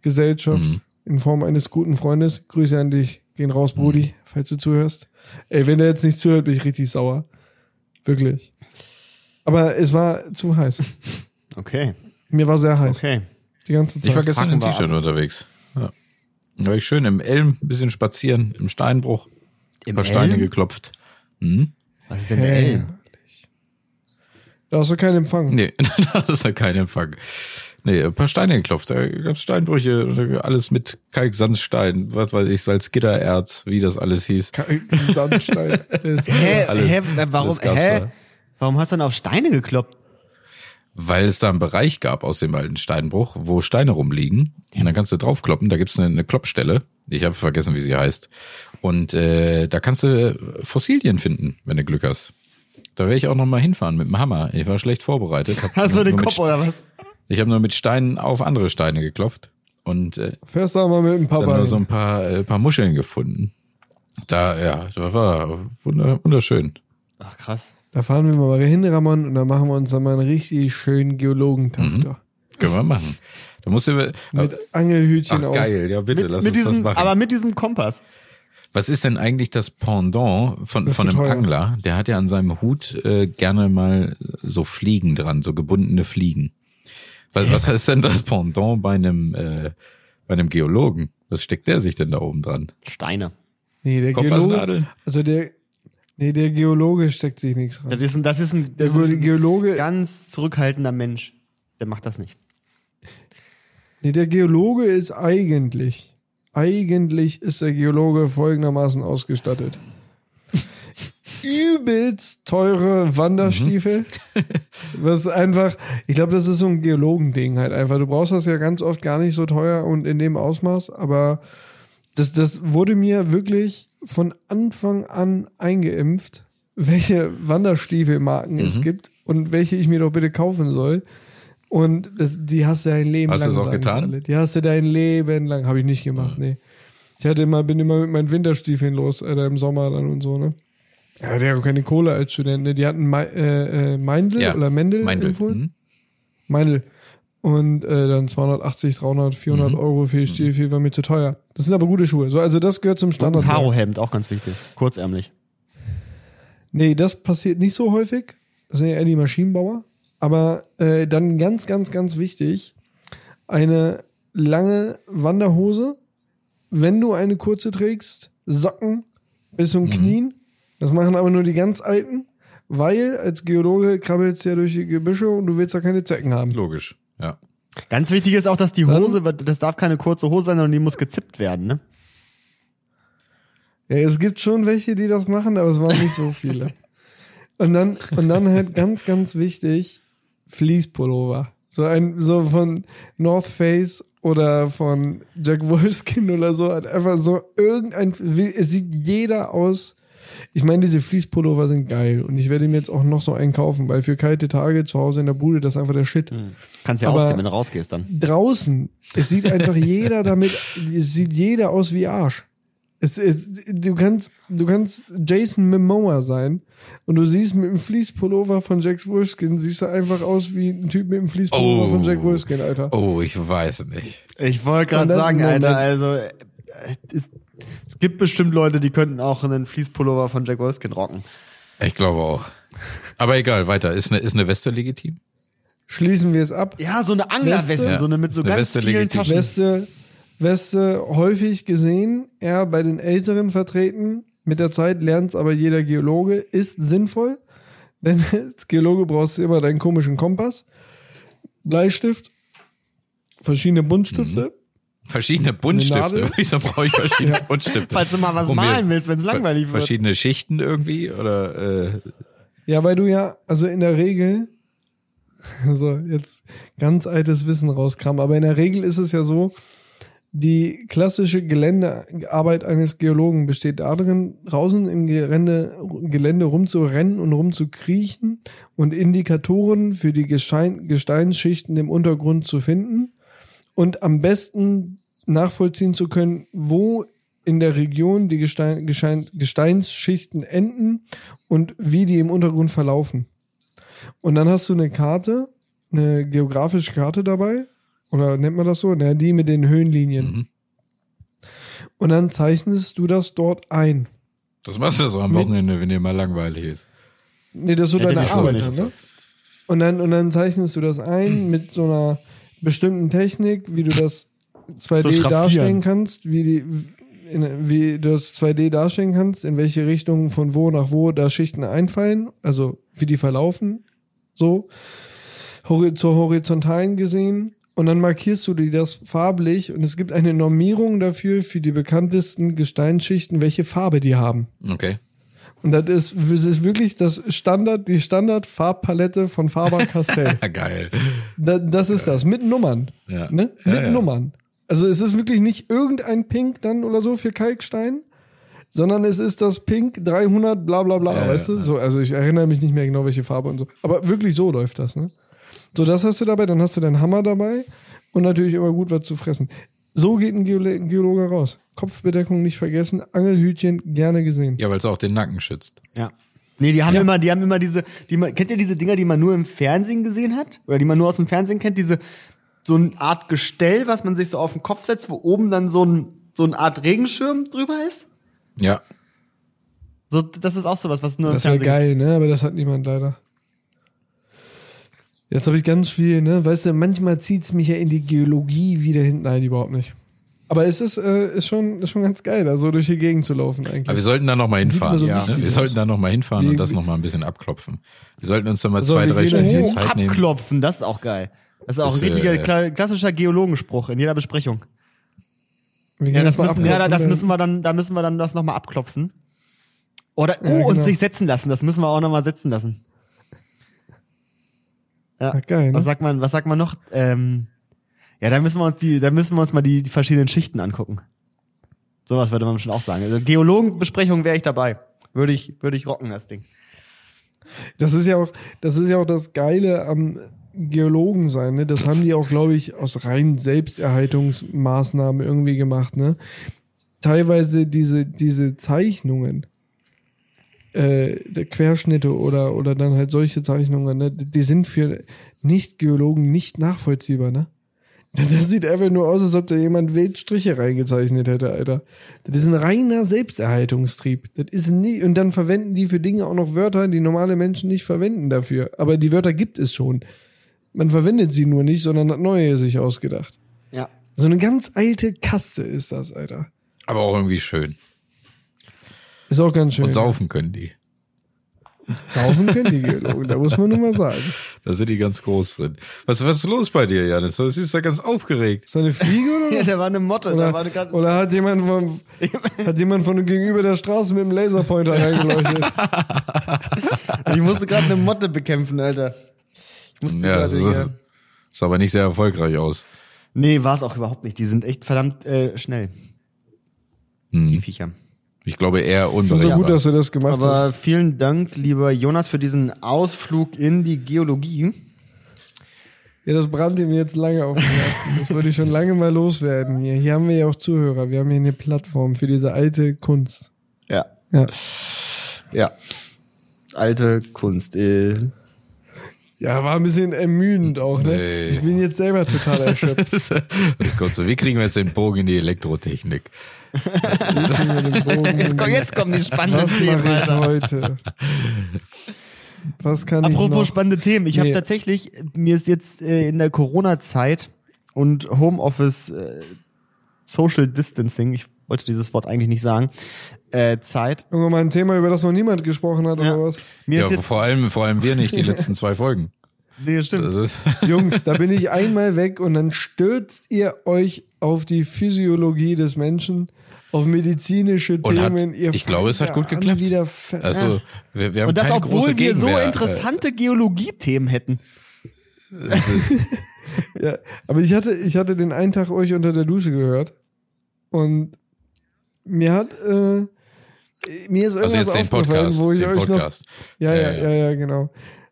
S5: Gesellschaft
S1: Mhm.
S5: in Form eines guten Freundes. Grüße an dich. Gehen raus, Brudi, falls du zuhörst. Ey, wenn der jetzt nicht zuhört, bin ich richtig sauer. Wirklich. Aber es war zu heiß.
S2: Okay,
S5: Mir war sehr heiß.
S2: okay.
S5: Die ganze Zeit.
S1: ich war gestern
S2: packen
S1: in
S2: wir
S1: T-Shirt unterwegs. Ja. Da war ich schön im Elm, ein bisschen spazieren, im Steinbruch, ein paar Steine
S2: Elm?
S1: geklopft. Hm?
S2: Was ist denn der Elm?
S5: Da hast du keinen Empfang.
S1: Nee, *laughs* das ist ja kein Empfang. Nee, ein paar Steine geklopft. Da gab's Steinbrüche, alles mit Kalk, Sandstein, was weiß ich, Salzgittererz, wie das alles hieß. *laughs*
S5: Sandstein. Ist
S2: Hä,
S1: Alles-
S2: hä, warum,
S1: alles gab's
S2: hä?
S1: da.
S2: Warum hast du dann auf Steine gekloppt?
S1: Weil es da einen Bereich gab aus dem alten Steinbruch, wo Steine rumliegen. Und dann kannst du draufkloppen, da gibt's eine, eine Kloppstelle. Ich habe vergessen, wie sie heißt. Und äh, da kannst du Fossilien finden, wenn du Glück hast. Da werde ich auch noch mal hinfahren mit dem Hammer. Ich war schlecht vorbereitet. hab
S2: Hast du
S1: nur
S2: den
S1: mit
S2: Kopf oder was?
S1: Ich habe nur mit Steinen auf andere Steine geklopft und äh,
S5: Fährst du auch mal mit
S1: dann
S5: dem Papa.
S1: nur so
S5: hin.
S1: ein paar, äh, paar Muscheln gefunden. Da, ja, das war wunder- wunderschön.
S2: Ach krass.
S5: Da fahren wir mal hin, Ramon, und dann machen wir uns dann mal einen richtig schönen Geologentag da.
S1: Können wir machen. Da musst du.
S5: Mit Angelhütchen
S1: Mhm. Ach,
S5: auf.
S1: geil, ja bitte,
S2: Mit,
S1: lass
S2: mit
S1: uns
S2: diesem,
S1: das machen.
S2: aber mit diesem Kompass.
S1: Was ist denn eigentlich das Pendant von,
S5: Das ist
S1: von
S5: so
S1: einem
S5: teuer.
S1: Angler? Der hat ja an seinem Hut äh, gerne mal so Fliegen dran, so gebundene Fliegen. Was, was heißt denn das Pendant bei einem, äh, bei einem Geologen? Was steckt der sich denn da oben dran?
S2: Steine.
S5: Nee, der Geologe.
S1: Kompassnadeln?
S5: Also der, nee, der Geologe steckt sich nichts
S2: Das
S5: rein.
S2: ist ein, das ist ein, das
S5: Der
S2: ist ein
S5: Geologe,
S2: ganz zurückhaltender Mensch. Der macht das nicht.
S5: nee, der Geologe ist eigentlich, eigentlich ist der Geologe folgendermaßen ausgestattet. Übelst teure Wanderstiefel.
S1: Mhm.
S5: Was einfach, ich glaube, das ist so ein Geologending halt einfach. Du brauchst das ja ganz oft gar nicht so teuer und in dem Ausmaß, aber das, das wurde mir wirklich von Anfang an eingeimpft, welche Wanderstiefelmarken
S1: Mhm.
S5: es gibt und welche ich mir doch bitte kaufen soll. Und das, die hast du dein Leben
S1: Hast
S5: lang.
S1: du es auch
S5: sagen sie
S1: getan? Mhm.
S5: alle. Die hast du dein Leben lang. Habe ich nicht gemacht, nee. Ich hatte immer, bin immer mit meinen Winterstiefeln los, Alter, im Sommer dann und so, ne? Ja, der hat keine Kohle als Student, ne? Die hatten Me äh, äh, Meindl oder Mendel
S1: Meindl.
S5: empfohlen.
S1: Hm?
S5: Meindl. Und äh, dann 280, 300, 400 Euro für die Stiefel war mir zu teuer. Das sind aber gute Schuhe. So, also das gehört zum Standard.
S2: Karohemd, auch ganz wichtig. Kurzärmlich.
S5: Nee, das passiert nicht so häufig. Das sind ja eher die Maschinenbauer. Aber äh, dann ganz, ganz, ganz wichtig, eine lange Wanderhose, wenn du eine kurze trägst, Socken bis zum Knien. Das machen aber nur die ganz Alten, weil als Geologe krabbelst du ja durch die Gebüsche und du willst ja keine Zecken haben.
S1: Hm? Logisch, ja.
S2: Ganz wichtig ist auch, dass die Hose, das darf keine kurze Hose sein, sondern die muss gezippt werden, ne?
S5: Ja, es gibt schon welche, die das machen, aber es waren nicht so viele. Und dann, und dann halt ganz, ganz wichtig, Fleece-Pullover. So ein, so von North Face oder von Jack Wolfskin oder so, hat einfach so irgendein, wie- es sieht jeder aus. Ich meine, diese Fleece-Pullover sind geil und ich werde mir jetzt auch noch so einen kaufen, weil für kalte Tage zu Hause in der Bude, das ist einfach der Shit
S2: Kannst ja
S5: Aber-
S2: ausziehen, wenn du rausgehst dann.
S5: draußen, es sieht einfach jeder damit, es sieht jeder aus wie Arsch. Es, es, du, kannst, du kannst Jason Momoa sein und du siehst mit dem Fleece-Pullover von Jack Wolfskin, siehst du einfach aus wie ein Typ mit dem Fleece-Pullover
S1: Oh.
S5: von Jack Wolfskin, Alter.
S1: Oh, ich weiß nicht.
S2: Ich wollte
S5: Und
S2: gerade
S5: dann-
S2: sagen,
S5: Moment.
S2: Alter, also äh, es, es gibt bestimmt Leute, die könnten auch einen Fließpullover von Jack Wolfskin rocken.
S1: Ich glaube auch. Aber egal, weiter. Ist eine, ist eine Weste legitim?
S5: Schließen wir es ab.
S2: Ja, so eine Anglerweste,
S1: Weste?
S2: so eine mit so
S1: Eine
S2: ganz
S1: Weste
S2: vielen
S1: legitim.
S2: Taschen.
S5: Weste, Weste häufig gesehen, eher bei den Älteren vertreten. Mit der Zeit lernt es aber jeder Geologe, ist sinnvoll, *laughs* denn als Geologe brauchst du immer deinen komischen Kompass, Bleistift, verschiedene Buntstifte.
S1: Verschiedene Buntstifte.
S5: Nadel?
S1: *laughs* Wieso brauche ich verschiedene Buntstifte?
S2: Falls du mal was
S1: Um mir
S2: malen willst, wenn es langweilig wird.
S1: Verschiedene Schichten irgendwie? Oder äh,
S5: Ja, weil du ja, also in der Regel, *laughs* so jetzt ganz altes Wissen rauskramen, aber in der Regel ist es ja so, die klassische Geländearbeit eines Geologen besteht darin, draußen im Gelände, Gelände rumzurennen und rumzukriechen und Indikatoren für die Gestein, Gesteinsschichten im Untergrund zu finden und am besten nachvollziehen zu können, wo in der Region die Gestein, Gestein, Gesteinsschichten enden und wie die im Untergrund verlaufen. Und dann hast du eine Karte, eine geografische Karte dabei, oder nennt man das so? Na, die mit den Höhenlinien.
S1: Mhm.
S5: Und dann zeichnest du das dort ein.
S1: das machst du so am
S5: Mit-
S1: Wochenende, wenn dir mal langweilig ist.
S5: Nee, das ist so
S2: Hätte
S5: deine
S2: ich so
S5: Arbeit.
S2: nicht.
S5: ne? Und, dann, und dann zeichnest du das ein mit so einer bestimmten Technik, wie du das 2D
S2: So schraffieren.
S5: darstellen kannst, wie, die, in, wie du das 2D darstellen kannst, in welche Richtung von wo nach wo da Schichten einfallen, also wie die verlaufen, so hori- zur horizontalen gesehen. Und dann markierst du dir das farblich und es gibt eine Normierung dafür für die bekanntesten Gesteinsschichten, welche Farbe die haben.
S1: Okay.
S5: Und das ist, das ist wirklich das Standard, die Standardfarbpalette
S1: *laughs*
S5: von Faber-Castell.
S1: Ja, geil.
S5: da, das ist das, mit Nummern.
S1: Ja.
S5: Ne?
S1: Ja,
S5: mit
S1: ja.
S5: Nummern. Also es ist wirklich nicht irgendein Pink dann oder so für Kalkstein, sondern es ist das Pink 300 bla bla bla,
S1: Ja,
S5: weißt
S1: ja,
S5: du? So, also ich erinnere mich nicht mehr genau, welche Farbe und so. Aber wirklich so läuft das, ne? So, das hast du dabei, dann hast du deinen Hammer dabei und natürlich immer gut was zu fressen. So geht ein Geole- Geologe raus. Kopfbedeckung nicht vergessen, Angelhütchen gerne gesehen.
S1: Ja, weil es auch den Nacken schützt.
S2: Ja. Nee, die haben immer, die haben immer diese, die man, kennt ihr diese Dinger, die man nur im Fernsehen gesehen hat? Oder die man nur aus dem Fernsehen kennt? Diese, so eine Art Gestell, was man sich so auf den Kopf setzt, wo oben dann so ein, so eine Art Regenschirm drüber ist?
S1: Ja.
S2: So, das ist auch sowas, was nur im
S5: Das wäre
S2: Fernsehen
S5: geil, ne? Aber das hat niemand leider. Jetzt habe ich ganz viel, ne? Weißt du, manchmal zieht's mich ja in die Geologie wieder hinten ein, überhaupt nicht. Aber es ist, äh, ist, schon, ist schon ganz geil, da so durch die Gegend zu laufen eigentlich.
S1: Aber wir sollten da nochmal hinfahren.
S5: so
S1: ja.
S5: wichtig
S1: Wir
S5: aus.
S1: sollten da nochmal hinfahren
S5: Wie-
S1: und das nochmal ein bisschen abklopfen. Wir sollten uns da mal
S5: So,
S1: zwei,
S5: wir
S1: drei
S5: gehen da
S1: Stunden
S5: hoch,
S1: Zeit nehmen.
S2: Abklopfen, Oh, das ist auch geil. Das ist auch
S1: Das,
S2: ein richtiger
S1: äh,
S2: kla klassischer Geologenspruch in jeder Besprechung.
S5: Wir gehen
S2: Ja, das
S5: jetzt mal
S2: müssen, ja,
S5: abklopfen,
S2: das
S5: dann-
S2: müssen wir dann, da müssen wir dann das nochmal abklopfen. Oder, oh,
S5: Ja, genau.
S2: und sich setzen lassen, das müssen wir auch nochmal setzen lassen. Ja,
S5: Ah, geil, ne?
S2: Was sagt man, was sagt man noch? Ähm, ja, da müssen wir uns die, da müssen wir uns mal die, die verschiedenen Schichten angucken. Sowas würde man schon auch sagen. Also Geologenbesprechung wäre ich dabei. Würde ich, würde ich rocken, das Ding.
S5: Das ist ja auch, das ist ja auch das Geile am Geologen sein, ne? Das haben die auch, glaube ich, aus rein Selbsterhaltungsmaßnahmen irgendwie gemacht, ne? Teilweise diese, diese Zeichnungen, äh, der Querschnitte oder, oder dann halt solche Zeichnungen, ne? Die sind für Nicht-Geologen nicht nachvollziehbar, ne? Das sieht einfach nur aus, als ob da jemand wild Striche reingezeichnet hätte, Alter. Das ist ein reiner Selbsterhaltungstrieb. Das ist nie, und dann verwenden die für Dinge auch noch Wörter, die normale Menschen nicht verwenden dafür. Aber die Wörter gibt es schon. Man verwendet sie nur nicht, sondern hat neue sich ausgedacht.
S2: Ja.
S5: So eine ganz alte Kaste ist das, Alter.
S1: Aber auch irgendwie schön.
S5: Ist auch ganz schön.
S1: Und saufen können die.
S5: Saufen können die Geologen, da muss man nur mal sagen.
S1: Da sind die ganz groß drin. Was, was ist los bei dir, Janis? Du siehst da ganz aufgeregt.
S5: Ist da eine Fliege oder
S2: *laughs* Ja,
S5: was?
S2: *laughs* da war eine Motte, da war eine
S5: Oder,
S2: ganz-
S5: oder hat
S2: *laughs*
S5: jemand von hat jemand von gegenüber der Straße mit dem Laserpointer reingeleuchtet?
S2: Ich musste gerade eine Motte bekämpfen, Alter. Ich musste
S1: Ja, das
S2: gerade, ja.
S1: ist, sah aber nicht sehr erfolgreich aus.
S2: Nee, war es auch überhaupt nicht. Die sind echt verdammt äh, schnell.
S1: Mhm.
S2: Die Viecher.
S1: Ich glaube eher
S5: Schon so
S1: unberechenbar.
S5: gut,
S1: *laughs*
S5: dass du das gemacht
S2: Aber
S5: hast.
S2: vielen Dank, lieber Jonas, für diesen Ausflug in die Geologie.
S5: Ja, das brannte mir jetzt lange auf dem Herzen. Das wollte ich schon lange mal loswerden hier. Hier haben wir ja auch Zuhörer. Wir haben hier eine Plattform für diese alte Kunst.
S2: Ja.
S5: Ja.
S2: Ja. Alte Kunst. Äh.
S5: Ja, war ein bisschen ermüdend auch, ne?
S1: Nee.
S5: Ich bin jetzt selber total erschöpft.
S1: oh Gott, so, wie kriegen wir jetzt den Bogen in die Elektrotechnik?
S2: *laughs*
S5: jetzt
S2: kommen die spannenden
S5: Was mache ich heute? Was kann
S2: Apropos
S5: ich noch?
S2: spannende Themen. Ich habe
S5: Nee.
S2: tatsächlich, mir ist jetzt äh, in der Corona-Zeit und Homeoffice äh, Social Distancing, ich wollte dieses Wort eigentlich nicht sagen, äh, Zeit.
S5: Irgendwann mal ein Thema, über das noch niemand gesprochen hat
S2: Ja.
S5: oder was?
S2: Mir
S1: Ja,
S2: ist jetzt,
S1: vor allem, vor allem wir nicht, die letzten zwei Folgen.
S2: nee, stimmt.
S1: Das
S5: *laughs*
S1: ist,
S5: Jungs, da bin ich einmal weg und dann stürzt ihr euch auf die Physiologie des Menschen, auf medizinische
S1: und hat,
S5: Themen. ihr
S1: ich glaube, es hat
S5: fangt
S1: gut
S5: da an,
S1: geklappt.
S5: Wieder ver- Ah.
S1: Also, wir, wir haben
S2: Und das,
S1: keine große
S2: obwohl wir so
S1: Gegenwehr.
S2: interessante Geologie-Themen hätten.
S5: Ja, aber ich hatte, ich hatte den einen Tag euch unter der Dusche gehört und mir hat äh, mir ist irgendwas
S1: Also jetzt den
S5: aufgefallen,
S1: Podcast,
S5: wo ich
S1: den
S5: euch
S1: Podcast.
S5: noch ja ja,
S1: Ja,
S5: ja ja genau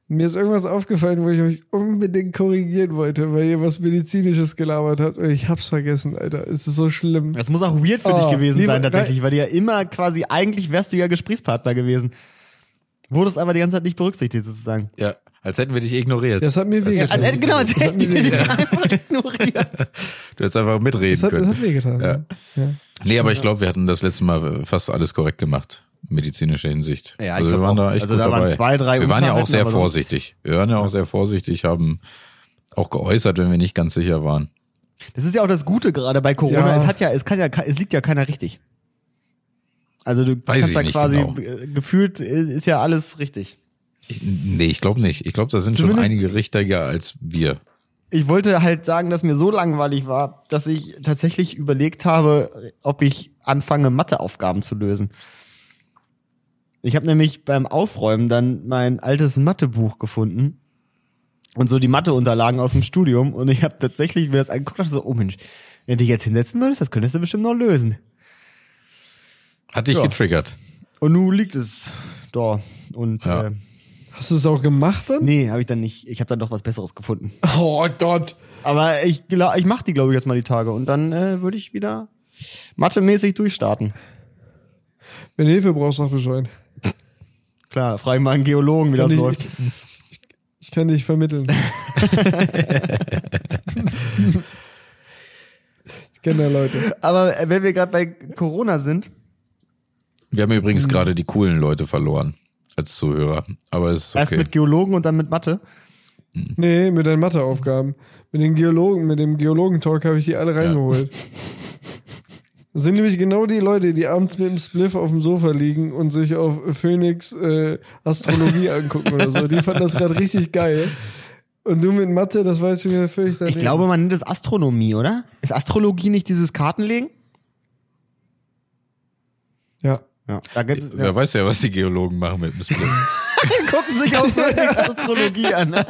S5: mir ist irgendwas aufgefallen, wo ich euch unbedingt korrigieren wollte, weil ihr was medizinisches gelabert habt und ich hab's vergessen, Alter. Es ist so schlimm.
S2: Das muss auch weird für
S5: Oh,
S2: dich gewesen
S5: lieber-
S2: sein tatsächlich, weil du ja immer quasi, eigentlich wärst du ja Gesprächspartner gewesen. Wurdest aber die ganze Zeit nicht berücksichtigt sozusagen.
S1: Ja, als hätten wir dich ignoriert.
S5: Das hat mir wehgetan.
S2: Ja, als, genau, als
S5: Das hat
S2: hätte ich
S5: mir
S2: die
S5: wehgetan.
S2: einfach ignoriert.
S1: Du hättest einfach mitreden
S5: Das hat, das
S1: können.
S5: hat wehgetan.
S1: Ja.
S5: Ja. Ja.
S1: Nee, aber ich glaube, wir hatten das letzte Mal äh, fast alles korrekt gemacht. Medizinischer Hinsicht.
S2: Ja, ich
S1: also wir
S2: glaub
S1: waren
S2: auch.
S1: da echt
S2: Also
S1: gut
S2: da waren
S1: dabei.
S2: zwei, drei
S1: Wir waren ja auch
S2: Unklarheiten,
S1: sehr
S2: aber sonst-
S1: vorsichtig. Wir waren ja auch sehr vorsichtig, haben auch geäußert, wenn wir nicht ganz sicher waren.
S2: Das ist ja auch das Gute gerade bei Corona.
S5: Ja.
S2: Es hat ja, es kann ja, ke- es liegt ja keiner richtig. Also du
S1: Weiß ich
S2: kannst ja
S1: nicht
S2: quasi
S1: genau.
S2: äh, gefühlt äh, ist ja alles richtig.
S1: Ich, nee, ich glaube nicht. Ich glaube, da sind schon
S2: Zumindest-
S1: einige richtiger als wir.
S2: Ich wollte halt sagen, dass mir so langweilig war, dass ich tatsächlich überlegt habe, ob ich anfange, Matheaufgaben zu lösen. Ich habe nämlich beim Aufräumen dann mein altes Mathebuch gefunden und so die Matheunterlagen aus dem Studium und ich habe tatsächlich mir das angeguckt und dachte so, oh Mensch, wenn du dich jetzt hinsetzen würdest, das könntest du bestimmt noch lösen.
S1: Hat dich
S2: Ja.
S1: getriggert.
S2: Und nun liegt es da und
S1: Ja.
S2: äh,
S5: Hast du es auch gemacht dann?
S2: Nee, habe ich dann nicht. Ich habe dann doch was Besseres gefunden.
S5: Oh Gott.
S2: Aber ich, gla- ich mache die, glaube ich, jetzt mal die Tage und dann äh, würde ich wieder mathemäßig durchstarten.
S5: Wenn du Hilfe brauchst, sag Bescheid.
S2: Klar, da frage ich mal einen Geologen, wie
S5: Kann
S2: das
S5: ich-
S2: läuft.
S5: Ich kann
S2: *laughs*
S5: dich vermitteln. *laughs* ich kenne da Leute.
S2: Aber äh, wenn wir gerade bei Corona sind,
S1: Wir haben
S2: Hm.
S1: übrigens gerade die coolen Leute verloren als Zuhörer. Aber es ist
S2: erst
S1: okay.
S2: mit Geologen und dann mit Mathe.
S5: Nee, mit deinen Matheaufgaben. Mit den Geologen, mit dem Geologentalk habe ich die
S1: *laughs*
S5: alle reingeholt. Das sind nämlich genau die Leute, die abends mit dem Spliff auf dem Sofa liegen und sich auf Phoenix äh,
S1: *laughs*
S5: Astrologie angucken oder so. Die fanden das gerade richtig geil. Und du mit Mathe, das war jetzt schon wieder völlig daneben.
S2: Ich glaube, man nennt es Astronomie, oder? Ist Astrologie nicht dieses Kartenlegen?
S5: Ja.
S2: Ja, da gibt's,
S1: Wer weiß ja, was die Geologen machen mit dem Split.
S2: *laughs* gucken sich auch *laughs* Phoenix Astrologie an. ne?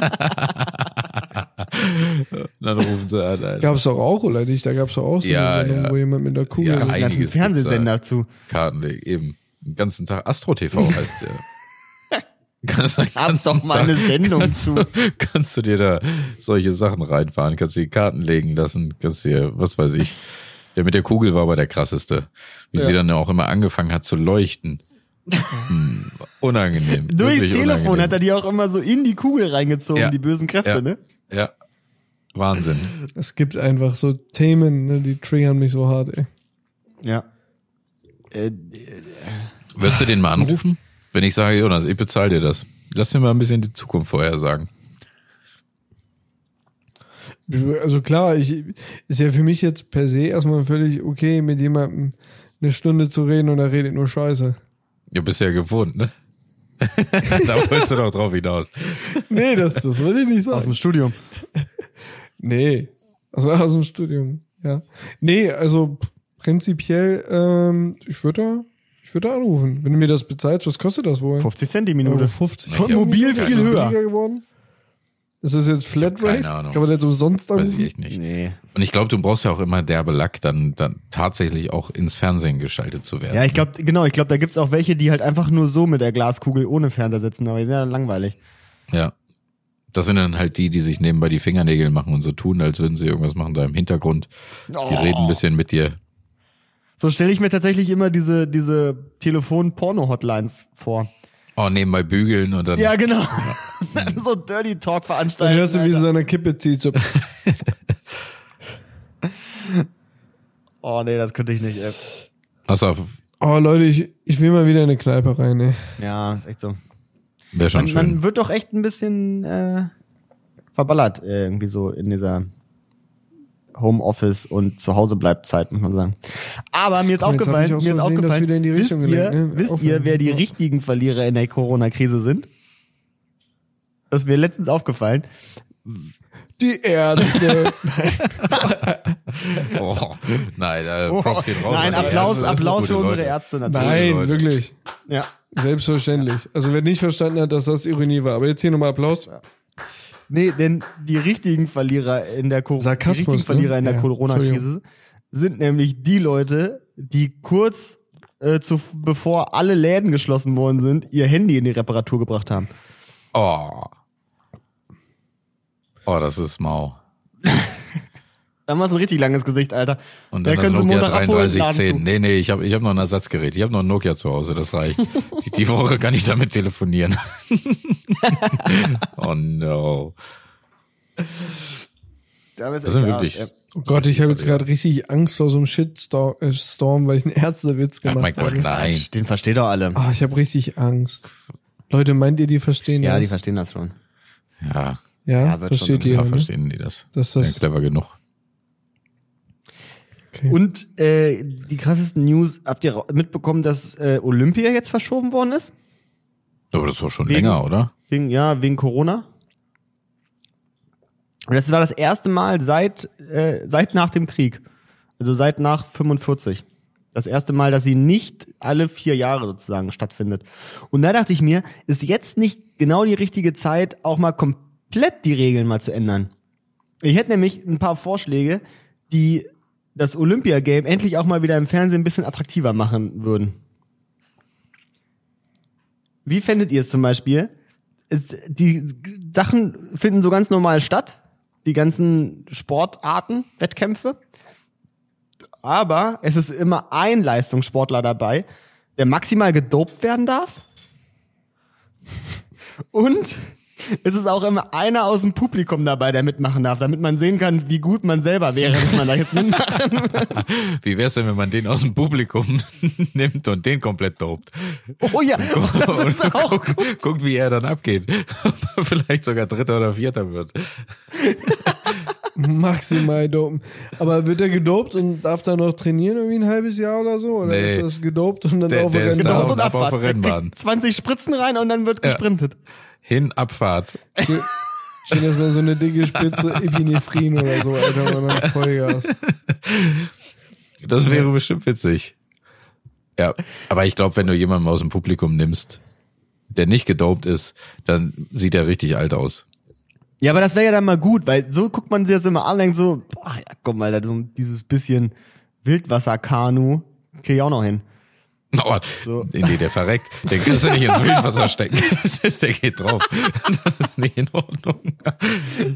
S1: Dann rufen sie halt an. Alter.
S5: Gab's doch auch, oder nicht? Da gab's doch auch so
S1: Ja,
S5: eine Sendung,
S1: ja.
S5: wo jemand mit der Kugel...
S1: Ja,
S5: sitzt.
S2: Die ganzen
S1: Einiges gibt's
S2: Fernsehsender zu.
S1: Kartenleg, eben. Den ganzen Tag. Astro
S2: *laughs*
S1: TV heißt der. Kannst,
S2: Hab's doch mal eine Sendung zu.
S1: kannst du dir da solche Sachen reinfahren, kannst dir Karten legen lassen, kannst dir, was weiß ich. Der mit der Kugel war aber der krasseste. Wie
S5: Ja.
S1: sie dann auch immer angefangen hat zu leuchten. Hm, unangenehm.
S2: *laughs* Durchs
S1: Wirklich
S2: Telefon
S1: unangenehm.
S2: hat er die auch immer so in die Kugel reingezogen,
S1: Ja.
S2: die bösen Kräfte,
S1: Ja.
S2: ne?
S1: Ja. Wahnsinn.
S5: Es gibt einfach so Themen, ne, die triggern mich so hart, ey.
S2: Ja. Äh,
S1: Würdest du den
S2: *laughs*
S1: mal anrufen? Wenn ich sage, Jonas, ich bezahle dir das. Lass dir mal ein bisschen die Zukunft vorhersagen.
S5: Also klar, ich, ist ja für mich jetzt per se erstmal völlig okay, mit jemandem eine Stunde zu reden und er redet nur Scheiße.
S1: Du bist ja gewohnt, ne? *laughs* da wolltest du doch drauf hinaus.
S5: Nee, das, das will ich
S1: *laughs*
S5: nicht
S2: aus dem
S5: sagen.
S2: Studium.
S5: Nee. Also aus dem Studium, ja. Nee, also prinzipiell, ähm, ich würde da, ich würde da anrufen. Wenn du mir das bezahlst, was kostet das wohl?
S2: 50 Cent die Minute.
S5: Euro 50.
S1: Von
S2: mobil
S5: Ist das
S2: viel höher.
S5: billiger geworden? Ist das jetzt
S1: hab
S5: Flatrate?
S1: keine Ahnung.
S5: Kann man das umsonst
S1: Weiß
S5: anrufen?
S1: ich echt nicht.
S2: Nee.
S1: Und ich glaube, du brauchst ja auch immer derbe Lack, dann, dann tatsächlich auch ins Fernsehen geschaltet zu werden.
S2: Ja, ich glaube, genau, ich glaube, da gibt's auch welche, die halt einfach nur so mit der Glaskugel ohne Fernseher sitzen, aber die sind ja dann langweilig.
S1: Ja. Das sind dann halt die, die sich nebenbei die Fingernägel machen und so tun, als würden sie irgendwas machen da im Hintergrund.
S2: Oh.
S1: Die reden ein bisschen mit dir.
S2: So stelle ich mir tatsächlich immer diese, diese Telefon-Porno-Hotlines vor.
S1: Oh, nebenbei bügeln und dann.
S2: Ja, genau. Dann *laughs* so Dirty Talk
S5: Dann
S2: veranstalten.
S5: hörst du, wie sie so eine Kippe
S1: *laughs*
S5: zieht. So.
S2: oh nee, das könnte ich nicht. Ey.
S1: Pass auf,
S5: Oh Leute, ich, ich will mal wieder in eine Kneipe rein. Ey.
S2: Ja, ist echt so.
S1: wäre schon
S2: Man,
S1: schön.
S2: man wird doch echt ein bisschen äh, verballert äh, irgendwie so in dieser Homeoffice und zu Hause bleibt Zeit, muss man sagen. Aber mir ist
S5: Komm, jetzt
S2: aufgefallen,
S5: hab ich auch
S2: mir ist
S5: so gesehen, dass
S2: aufgefallen,
S5: wieder in die
S2: wisst,
S5: Richtung
S2: ihr,
S5: gelenkt, ne?
S2: wisst ihr,
S5: Aufhören.
S2: wer die
S5: Ja.
S2: richtigen Verlierer in der Corona-Krise sind? Das ist mir letztens aufgefallen.
S5: Die Ärzte.
S1: oh, nein, äh,
S2: Oh,
S1: Props geht raus.
S2: nein,
S1: an die Ärzte.
S2: Applaus,
S1: Das sind
S2: Applaus
S1: gute
S2: für unsere
S1: Leute.
S2: Ärzte natürlich.
S5: Nein,
S1: Leute.
S5: wirklich.
S2: Ja.
S5: Selbstverständlich. Also wer nicht verstanden hat, dass das Ironie war. Aber jetzt hier nochmal Applaus.
S2: Nee, denn die richtigen Verlierer in der, Cor
S5: Sarkasmus,
S2: die richtigen
S5: ne?
S2: Verlierer in der
S5: Ja,
S2: Corona-Krise sind nämlich die Leute, die kurz äh, zu, bevor alle Läden geschlossen worden sind, ihr Handy in die Reparatur gebracht haben.
S1: Oh. Oh, das ist mau.
S2: Da machst du ein richtig langes Gesicht, Alter.
S1: Und
S2: da
S1: dann
S2: können
S1: das
S2: sie
S1: Nokia
S2: Montag abholen. Laden
S1: 3310.
S2: zu.
S1: Nee, nee, ich habe ich hab noch ein Ersatzgerät. Ich habe noch ein Nokia zu Hause, das reicht. die, die Woche kann ich damit telefonieren. *laughs* oh no.
S2: Da ist
S1: Das
S2: echt
S1: sind
S2: der
S1: wirklich.
S2: Arsch,
S5: Oh Gott, ich habe jetzt gerade richtig Angst vor so einem Shitstorm, äh, Storm, weil ich einen Ärztewitz
S1: Ach mein
S5: gemacht
S1: Gott,
S5: habe.
S2: ey.
S1: nein.
S2: Den versteht doch alle.
S5: Ah, ich habe richtig Angst. Leute, meint ihr, die verstehen
S2: Ja,
S5: das?
S2: die verstehen das schon.
S1: Ja,
S5: Ja,
S2: Ja, wird schon
S5: versteht
S2: irgendwie
S5: ihr.
S1: ja
S5: Ne?
S1: verstehen die das.
S5: Das ist das-
S1: ja, clever genug.
S5: Okay.
S2: Und äh, die krassesten News, habt ihr ra- mitbekommen, dass äh, Olympia jetzt verschoben worden ist?
S1: Aber das war schon
S2: Wegen-
S1: länger, oder?
S2: Wegen, ja, wegen Corona. Und das war das erste Mal seit, äh, seit nach dem Krieg. Also seit nach 45. Das erste Mal, dass sie nicht alle vier Jahre sozusagen stattfindet. Und da dachte ich mir, ist jetzt nicht genau die richtige Zeit, auch mal komplett die Regeln mal zu ändern. Ich hätte nämlich ein paar Vorschläge, die das Olympia-Game endlich auch mal wieder im Fernsehen ein bisschen attraktiver machen würden. Wie fändet ihr es zum Beispiel, es- die Sachen finden so ganz normal statt, die ganzen Sportarten, Wettkämpfe. Aber es ist immer ein Leistungssportler dabei, der maximal gedopt werden darf. *laughs* Und es ist auch immer einer aus dem Publikum dabei, der mitmachen darf, damit man sehen kann, wie gut man selber wäre, wenn man da
S1: *laughs*
S2: jetzt mitmacht.
S1: Wie wär's denn, wenn man den aus dem Publikum *laughs* nimmt und den komplett dopt?
S2: Oh ja, das ist
S1: und
S2: auch
S1: guckt, guckt, wie er dann abgeht. *laughs* Ob er Vielleicht sogar Dritter oder Vierter wird.
S5: Maximal dopen. Aber wird er gedopt und darf dann noch trainieren irgendwie ein halbes Jahr oder so? Oder
S1: Nee.
S5: ist das gedopt und dann
S1: Der-
S5: auf
S1: der ist
S5: Rennbahn?
S1: da. und ab auf der
S2: Der kriegt
S1: Rennbahn.
S2: 20 Spritzen rein und dann wird gesprintet.
S1: Hin, Abfahrt.
S5: Schön- Schön, dass man so eine dicke Spitze Epinephrin oder so, Alter, und dann Vollgas.
S1: Das wäre bestimmt witzig. Ja, aber ich glaube, wenn du jemanden aus dem Publikum nimmst, der nicht gedopt ist, dann sieht er richtig alt aus. *laughs*
S2: Ja, aber das wäre ja dann mal gut, weil so guckt man sich das immer an, denkt so, ach ja, komm mal, da so dieses bisschen Wildwasserkanu krieg ich auch noch hin.
S1: Oh, Nee, der verreckt. Den kannst du nicht ins Wildwasser stecken. Der geht drauf. Das ist nicht in Ordnung.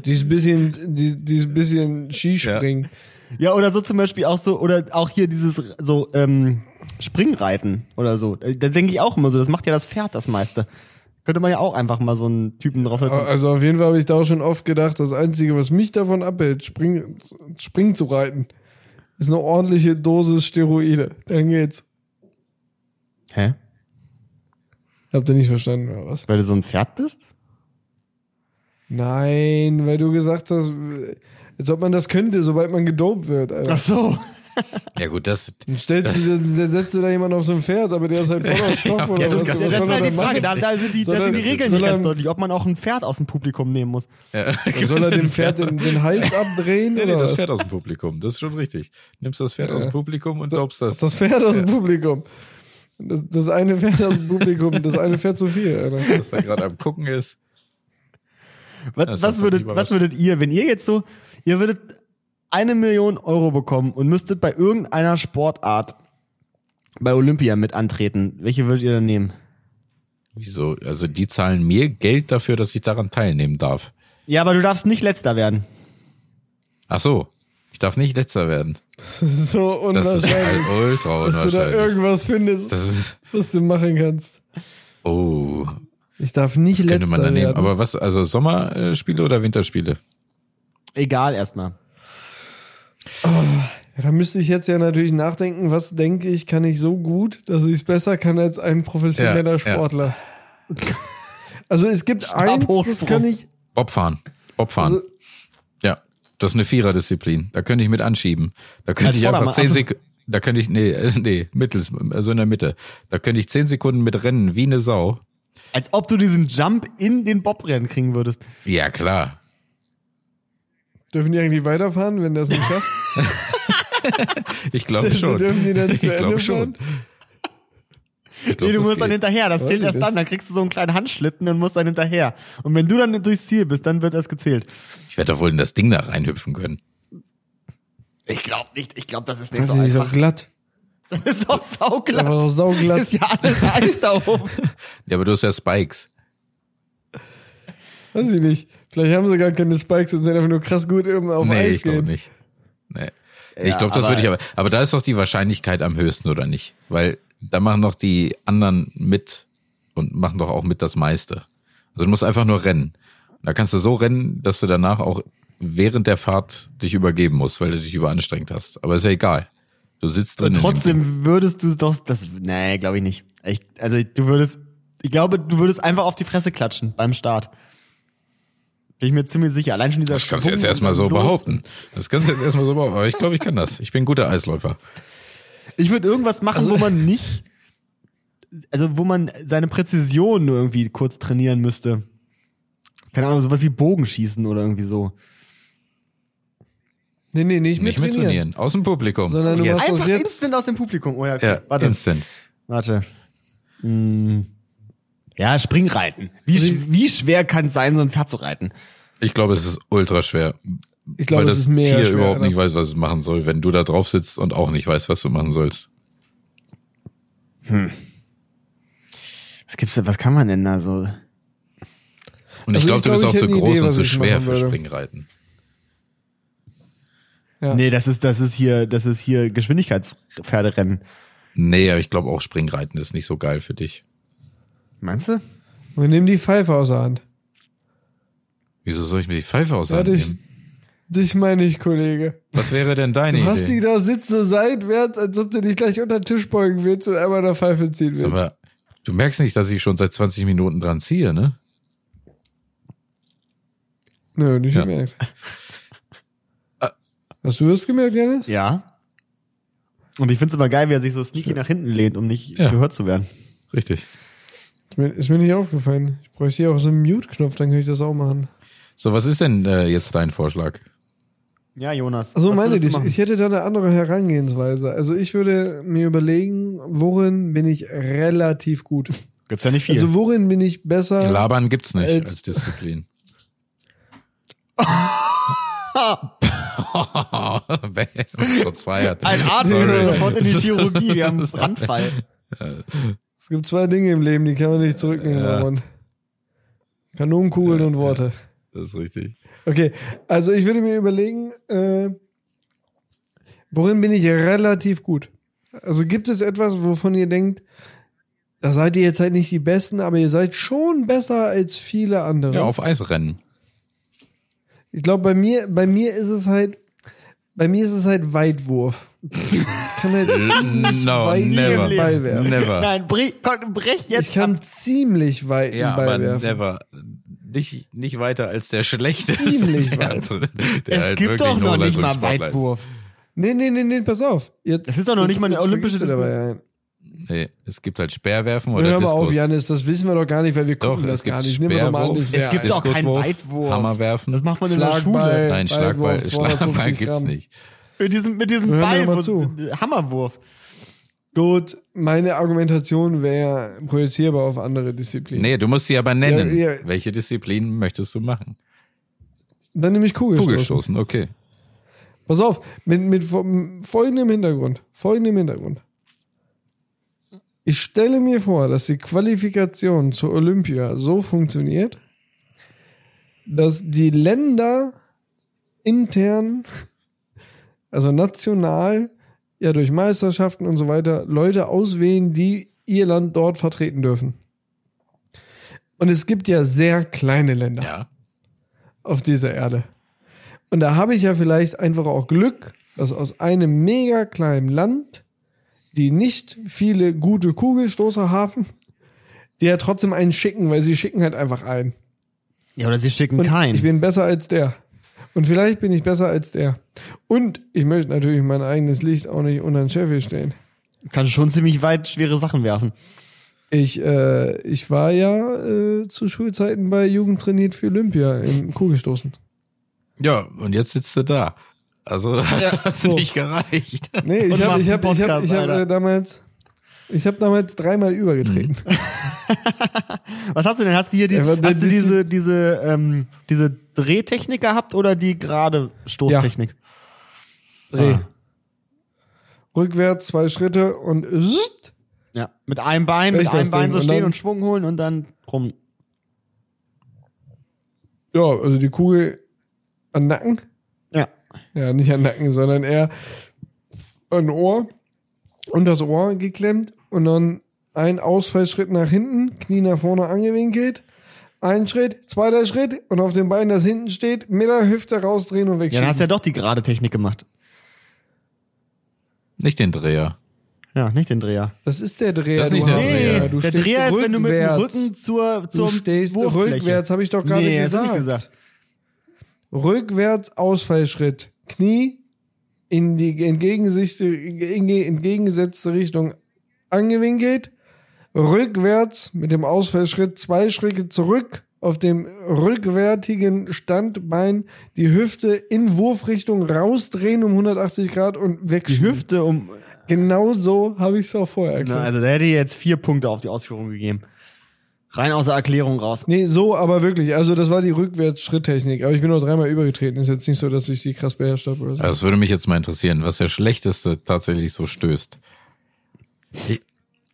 S5: Dieses bisschen, dies- dieses bisschen Skispringen.
S2: Ja, oder so zum Beispiel auch so, oder auch hier dieses so ähm, Springreiten oder so. Äh, Da denke ich auch immer so, das macht ja das Pferd das meiste. Könnte man ja auch einfach mal so einen Typen draufsetzen.
S5: Also auf jeden Fall habe ich da auch schon oft gedacht, das Einzige, was mich davon abhält, springen, springen zu reiten, ist eine ordentliche Dosis Steroide. Dann geht's.
S1: Äh.
S2: Hä?
S5: Habt ihr nicht verstanden oder was?
S2: Weil du so ein Pferd bist?
S5: Nein, weil du gesagt hast, als ob man das könnte, sobald man gedopt wird. Alter.
S2: so.
S1: Ja gut, das,
S5: Dann stellst du, dann setzt du da jemand auf so ein Pferd, aber der ist halt voll aus Stoff
S1: ja,
S5: oder was?
S1: das kann-
S2: Ja,
S5: Was
S2: das ist
S5: soll er
S2: halt die
S5: denn
S2: Frage.
S5: machen?
S2: Da, da sind die, das
S5: Soll
S2: sind die
S5: er-
S2: Regeln
S5: soll
S2: nicht
S5: er-
S2: ganz deutlich, ob man auch ein Pferd aus dem Publikum nehmen muss.
S1: *laughs*
S5: Soll er dem Pferd den, den Hals abdrehen
S1: Nee, nee,
S5: oder
S1: das
S5: was?
S1: Pferd aus dem Publikum, das ist schon richtig. Nimmst das Pferd aus dem Publikum und dopst das.
S5: Das Pferd aus dem Publikum. Das, das eine Pferd aus dem Publikum, das eine Pferd zu viel. Alter.
S1: was da gerade am gucken ist.
S2: Was,
S1: Das
S2: was,
S1: ist
S2: würdet,
S1: überraschend.
S2: was würdet ihr, wenn ihr jetzt so, ihr würdet eine Million Euro bekommen und müsstet bei irgendeiner Sportart bei Olympia mit antreten, welche würdet ihr dann nehmen?
S1: Wieso? Also die zahlen mir Geld dafür, dass ich daran teilnehmen darf.
S2: Ja, aber du darfst nicht letzter werden.
S1: Ach so, ich darf nicht letzter werden.
S5: Das ist so
S1: Das ist *laughs*
S5: unwahrscheinlich,
S1: halt ultra
S5: dass du da
S1: unwahrscheinlich.
S5: irgendwas findest,
S1: Das ist,
S5: was du machen kannst.
S1: oh,
S5: Ich darf nicht
S1: könnte
S5: letzter
S1: man da nehmen.
S5: werden.
S1: Aber was, also Sommerspiele oder Winterspiele?
S2: Egal erstmal.
S5: ja, da müsste ich jetzt ja natürlich nachdenken, was denke ich, kann ich so gut, dass ich es besser kann als ein
S1: Ja,
S5: professioneller
S1: ja.
S5: Sportler. *laughs* Also es gibt eins, das
S2: Hochsprung.
S5: kann ich,
S1: Bobfahren. Bobfahren.
S5: Also-
S1: ja, das ist eine Viererdisziplin. Da könnte ich mit anschieben. Da könnte
S2: Als
S1: ich einfach
S2: Vordermann,
S1: zehn
S2: also-
S1: Sekunden. Da könnte ich, nee, äh, nee, mittels, also in der Mitte. Da könnte ich zehn Sekunden mit rennen, wie eine Sau.
S2: Als ob du diesen Jump in den Bobrennen kriegen würdest.
S1: Ja, klar.
S5: dürfen die eigentlich weiterfahren, wenn der es nicht
S1: *laughs*
S5: schafft?
S1: Ich
S5: *laughs*
S1: glaube
S5: Also
S1: schon. *laughs*
S5: dürfen die dann zu
S1: ich
S5: Ende
S1: glaube schon. Ich glaub,
S2: Nee, du
S1: das
S2: musst dann
S1: geht.
S2: hinterher, das zählt
S5: Weiß
S2: erst
S5: ich
S2: dann, dann kriegst du so einen kleinen Handschlitten und musst dann hinterher. Und wenn du dann durchs Ziel bist, dann wird erst gezählt.
S1: Ich werde doch wohl in das Ding da reinhüpfen können.
S2: Ich glaube nicht, ich glaube, das ist nicht
S5: Das
S2: so
S5: ist so
S2: einfach. *laughs*
S5: glatt.
S2: Das ist doch sauglatt.
S5: Einfach so sauglatt.
S2: Ist ja alles Eis da oben.
S1: Ja, aber du hast ja Spikes.
S5: Weiß ich nicht. Vielleicht haben sie gar keine Spikes und sind einfach nur krass gut im auf
S1: nee,
S5: Eis
S1: ich glaube
S5: gehen.
S1: nicht. Nee. ich
S2: Ja,
S1: glaube, das
S2: aber-
S1: würde ich aber. Aber da ist doch die Wahrscheinlichkeit am höchsten, oder nicht? Weil da machen doch die anderen mit und machen doch auch mit das meiste. Also du musst einfach nur rennen. Da kannst du so rennen, dass du danach auch während der Fahrt dich übergeben musst, weil du dich überanstrengt hast. Aber ist ja egal. Du sitzt drin.
S2: Und
S1: in dem
S2: trotzdem würdest du doch das. Nee, glaube ich nicht. Ich, also du würdest. Ich glaube, du würdest einfach auf die Fresse klatschen beim Start. Bin ich mir ziemlich sicher. Allein schon dieser
S1: Das kannst du jetzt
S2: Schwung
S1: erstmal so
S2: und dann los.
S1: behaupten. Das kannst du jetzt erstmal so behaupten. Aber ich glaube, ich kann das. Ich bin ein guter Eisläufer.
S2: Ich würde irgendwas machen, wo man nicht. Also, wo man seine Präzision nur irgendwie kurz trainieren müsste. Keine Ahnung, sowas wie Bogenschießen oder irgendwie so.
S5: Nee, nee, nicht,
S1: Nicht mit
S5: mit trainieren.
S1: trainieren. Aus dem Publikum.
S5: Sondern du
S1: Jetzt.
S5: machst- das
S2: Einfach
S5: jetzt?
S2: instant aus dem Publikum. Oh ja, okay.
S1: ja,
S2: warte.
S1: instant.
S2: Warte. Hm. Ja, Springreiten. Wie,
S5: Also
S2: sch- wie schwer kann es sein, so ein Pferd zu reiten?
S1: Ich glaube, es ist ultra schwer.
S5: Ich glaube,
S1: weil
S5: es
S1: das
S5: ist mega
S1: Tier
S5: schwer, ne?
S1: überhaupt
S5: Alter.
S1: nicht weiß, was es machen soll, wenn du da drauf sitzt und auch nicht weißt, was du machen sollst.
S2: Was gibt's denn, was kann man denn da so?
S1: Und
S5: Also
S1: ich glaube, du
S5: ich glaub,
S1: bist
S5: ich
S1: auch
S5: hätte
S1: zu
S5: eine
S1: groß
S5: Idee,
S1: und
S5: was
S1: zu
S5: ich
S1: schwer
S5: machen
S1: für
S5: würde.
S1: Springreiten.
S5: Ja.
S2: Nee, das ist, das ist hier, das ist hier Geschwindigkeitspferderennen.
S1: Nee, aber ich glaube auch Springreiten ist nicht so geil für dich.
S2: Meinst du?
S5: Wir nehmen die Pfeife aus der Hand.
S1: Wieso soll ich mir die Pfeife aus der Hand
S5: Warte, ich,
S1: nehmen?
S5: dich meine ich, Kollege.
S1: Was wäre denn deine
S5: Du hast die
S1: Idee?
S5: da sitzt so seitwärts, als ob du dich gleich unter den Tisch beugen willst und einmal der Pfeife ziehen willst.
S1: Sag mal, du merkst nicht, dass ich schon seit 20 Minuten dran ziehe, ne?
S5: Nö, nicht
S1: Ja. Ah.
S5: gemerkt. Hast du das gemerkt, Janis?
S2: Ja. Und ich find's immer geil, wie er sich so sneaky nach hinten lehnt, um nicht
S1: Ja.
S2: gehört zu werden.
S1: Richtig.
S5: Ist mir, ist mir nicht aufgefallen. Ich bräuchte hier auch so einen Mute-Knopf, dann könnte ich das auch machen.
S1: So, was ist denn äh, jetzt dein Vorschlag?
S2: Ja, Jonas.
S5: Also
S2: was
S5: meine
S2: würdest du
S5: ich,
S2: machen?
S5: ich hätte da eine andere Herangehensweise. Also ich würde mir überlegen, worin bin ich
S2: *laughs*
S5: relativ gut?
S2: Gibt's ja nicht viel.
S5: Also worin bin ich besser?
S1: Labern gibt's nicht
S5: Als-
S1: als Disziplin. *laughs* Schon hat.
S2: ein Arzt geht sofort
S5: *laughs*
S2: in die Chirurgie, wir haben einen Brandfall.
S5: Es gibt zwei Dinge im Leben, die kann man nicht zurücknehmen.
S1: Ja.
S5: Roman. Kanonenkugeln und Worte.
S1: Das ist richtig.
S5: Okay, also ich würde mir überlegen, äh, worin bin ich relativ gut? Also gibt es etwas, wovon ihr denkt, da seid ihr jetzt halt nicht die Besten, aber ihr seid schon besser als viele andere.
S1: Ja, auf Eisrennen.
S5: Ich glaube, bei mir, bei mir ist es halt, bei mir ist es halt Weitwurf. Ich kann
S1: *laughs*
S5: halt ziemlich
S1: No,
S5: weit
S1: never.
S5: den Ball werfen.
S1: Never.
S2: Nein, brech, Gott, brech jetzt
S5: Ich kann ziemlich weit
S1: Ja,
S5: den Ball
S1: aber
S5: werfen.
S1: never. Nicht, nicht weiter als der schlechteste.
S5: Ziemlich
S1: der, Der
S2: Es
S1: halt
S2: gibt
S1: wirklich
S2: doch
S1: ein
S2: noch nicht mal
S1: Hochleistungssportler ist.
S2: Weitwurf.
S5: Nee, nee, nee, nee, pass auf. Jetzt,
S2: Das ist doch noch nicht mal eine
S5: jetzt
S2: olympische
S5: vergisst du dabei ein.
S1: Nee, es gibt halt Speerwerfen oder
S5: Hör mal
S1: Diskus.
S5: auf, Janis, das wissen wir doch gar nicht, weil wir
S1: Doch,
S5: gucken
S1: es
S5: das gar
S1: gibt
S5: nicht. Nehmen wir doch mal an,
S1: Speerwurf.
S5: das
S1: Es
S5: wäre
S2: gibt
S5: ein
S2: doch keinen
S1: Diskuswurf,
S2: Weitwurf.
S1: Hammerwerfen.
S2: Das macht man in der Schule.
S5: Schlagball.
S1: Nein, Schlagball,
S5: Weitwurf,
S1: Schlagball
S5: 250
S1: gibt's
S5: Gramm.
S1: nicht.
S2: Mit diesem, mit diesem
S5: Hör
S2: Ball,
S5: mir mal
S2: wo-
S5: zu.
S2: Hammerwurf.
S5: Gut, meine Argumentation wäre projizierbar auf andere Disziplinen.
S1: Nee, du musst sie aber nennen.
S5: Ja, ja.
S1: Welche Disziplin möchtest du machen?
S5: Dann nehme ich Kugelstoßen.
S1: Kugelstoßen, okay.
S5: Pass auf, mit, mit fo- m- folgendem Hintergrund. Folgendem Hintergrund. Ich stelle mir vor, dass die Qualifikation zur Olympia so funktioniert, dass die Länder intern, *laughs* also national, ja durch Meisterschaften und so weiter, Leute auswählen, die ihr Land dort vertreten dürfen. Und es gibt ja sehr kleine Länder
S1: Ja.
S5: auf dieser Erde. Und da habe ich ja vielleicht einfach auch Glück, dass aus einem mega kleinen Land, die nicht viele gute Kugelstoßer haben, die ja trotzdem einen schicken, weil sie schicken halt einfach einen.
S2: Ja, oder sie schicken
S5: Und
S2: keinen.
S5: ich bin besser als der. Und vielleicht bin ich besser als der. Und ich möchte natürlich mein eigenes Licht auch nicht unter den Scheffel stellen.
S2: kann schon ziemlich weit schwere Sachen werfen.
S5: Ich, äh, ich war ja äh, zu Schulzeiten bei Jugend trainiert für Olympia im Kugelstoßen.
S1: Ja, und jetzt sitzt du da. Also *laughs* hat's
S5: so.
S1: nicht gereicht.
S2: *laughs*
S5: Nee,
S2: Und
S5: ich habe
S2: machst
S5: ich hab,
S2: einen
S5: ich hab,
S2: Podcast,
S5: ich hab,
S2: Alter.
S5: äh, damals ich habe damals dreimal übergetreten.
S2: Was hast du denn? Hast du hier die,
S5: Ja, aber
S2: hast du
S5: das-
S2: diese, diese, ähm, diese Drehtechnik gehabt oder die gerade Stoßtechnik? Ah.
S5: Dreh. Rückwärts zwei Schritte und zzt.
S2: Ja. Mit einem Bein, mit
S5: Echt das
S2: einem Bein
S5: Ding.
S2: so
S5: Und
S2: stehen
S5: dann-
S2: und Schwung holen und dann rum.
S5: ja, also die Kugel an den Nacken,
S2: Ja.
S5: ja nicht an den Nacken, sondern eher an den Ohr und das Ohr geklemmt und dann ein Ausfallschritt nach hinten, Knie nach vorne angewinkelt. Ein Schritt, zweiter Schritt und auf dem Bein, das hinten steht, mit der Hüfte rausdrehen und
S2: Ja,
S5: wegschieben.
S2: dann hast du ja doch die gerade Technik gemacht.
S1: Nicht den Dreher.
S2: Ja, nicht den Dreher.
S5: das ist der Dreher.
S1: Das ist
S5: du
S1: nicht der
S5: hast-
S1: Dreher.
S5: Ja, du
S2: der
S5: stehst
S2: Dreher ist, wenn du mit dem
S5: rückwärts.
S2: Rücken zur,
S5: Du
S2: zur
S5: stehst
S2: Wurffläche.
S5: rückwärts, habe ich doch gerade
S2: Nee, hast du
S5: gesagt.
S2: nicht gesagt.
S5: Rückwärts Ausfallschritt. Knie in die entgegengesetzte, entge- entgegengesetzte Richtung angewinkelt. Rückwärts mit dem Ausfallschritt zwei Schritte zurück. Auf dem rückwärtigen Standbein die Hüfte in Wurfrichtung rausdrehen um 180 Grad und
S2: Die
S5: wegschieben.
S2: Hüfte um.
S5: Genau so habe ich es auch vorher
S2: Na,
S5: erklärt.
S2: also da hätte ich jetzt vier Punkte auf die Ausführung gegeben. Rein aus der Erklärung raus.
S5: Nee, so, aber wirklich. Also, das war die Rückwärtsschritttechnik. Aber ich bin nur dreimal übergetreten. Ist jetzt nicht so, dass ich die krass beherrscht habe oder so.
S1: Das würde mich jetzt mal interessieren, was der Schlechteste tatsächlich so stößt. Ich,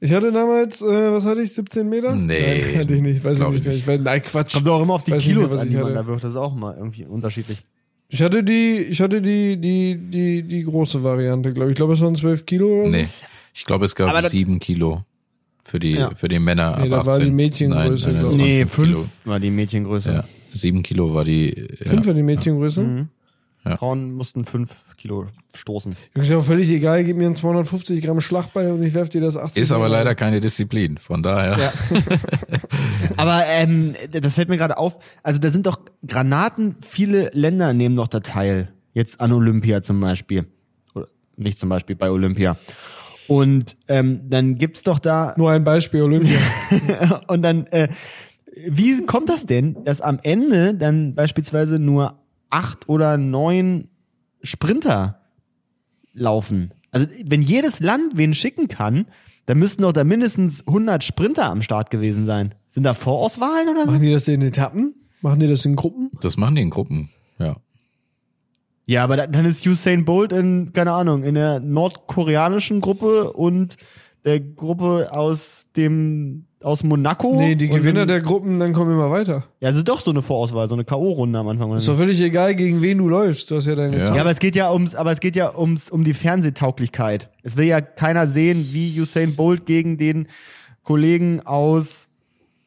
S5: Ich hatte damals, äh, was hatte ich, 17 Meter?
S1: Nee,
S5: Nein, *laughs* hatte ich nicht, weiß ich
S1: glaub
S5: nicht.
S1: ich
S5: mehr.
S1: nicht.
S5: Ich weiß, nein, Quatsch.
S2: Kommt doch auch immer auf die
S5: Weiß nicht
S2: Kilos
S5: mehr, was
S2: an,
S5: ich
S2: die man
S5: hatte.
S2: da wirft. Das ist auch immer irgendwie unterschiedlich.
S5: Ich hatte die, ich hatte die, die, die, die große Variante, glaube ich. Ich glaube, es waren 12 Kilo oder so.
S1: Nee. Ich glaube, es
S2: Aber
S1: gab
S2: das-
S1: sieben Kilo für die,
S2: Ja.
S1: für die Männer
S5: Nee,
S1: ab
S5: da
S1: 18.
S5: war die Mädchengröße,
S1: nein, nein, das
S5: glaub
S1: waren
S5: ich.
S1: fünf Kilo.
S2: war die Mädchengröße.
S1: Ja. Sieben Kilo war die. Ja.
S5: Fünf war die Mädchengröße.
S2: Frauen mussten fünf Kilo stoßen.
S5: Ist ja auch völlig egal, gib mir einen 250 Gramm Schlachtbeil und ich werf dir das 80.
S1: Ist aber
S5: Mal.
S1: leider keine Disziplin, von daher.
S2: *laughs* Aber ähm, das fällt mir gerade auf. Also da sind doch Granaten, viele Länder nehmen doch da teil. Jetzt an Olympia zum Beispiel. Oder nicht zum Beispiel bei Olympia. Und ähm, dann gibt's doch da
S5: Nur ein Beispiel,
S1: *laughs*
S5: Olympia.
S2: und dann äh, wie kommt das denn, dass am Ende dann beispielsweise nur acht oder neun Sprinter laufen? Also wenn jedes Land wen schicken kann, dann müssten doch da mindestens 100 Sprinter am Start gewesen sein. Sind da Vorauswahlen oder so?
S5: Machen die das in Etappen? Machen die das in Gruppen?
S1: Das machen die in Gruppen. Ja.
S2: Ja, aber dann- dann ist Usain Bolt in, keine Ahnung, in der nordkoreanischen Gruppe und der Gruppe aus dem, aus Monaco.
S5: Nee, die
S2: Und
S5: Gewinner
S2: dann-
S5: der Gruppen, dann kommen immer weiter.
S2: Ja, also doch so eine Vorauswahl, so eine K.O.-Runde am Anfang. Oder
S5: Ist doch völlig egal, gegen wen du läufst. Du hast ja deine
S1: Ja.
S5: Zeit.
S2: Ja, aber es geht ja ums, aber es geht ja ums, um die Fernsehtauglichkeit. Es will ja keiner sehen, wie Usain Bolt gegen den Kollegen aus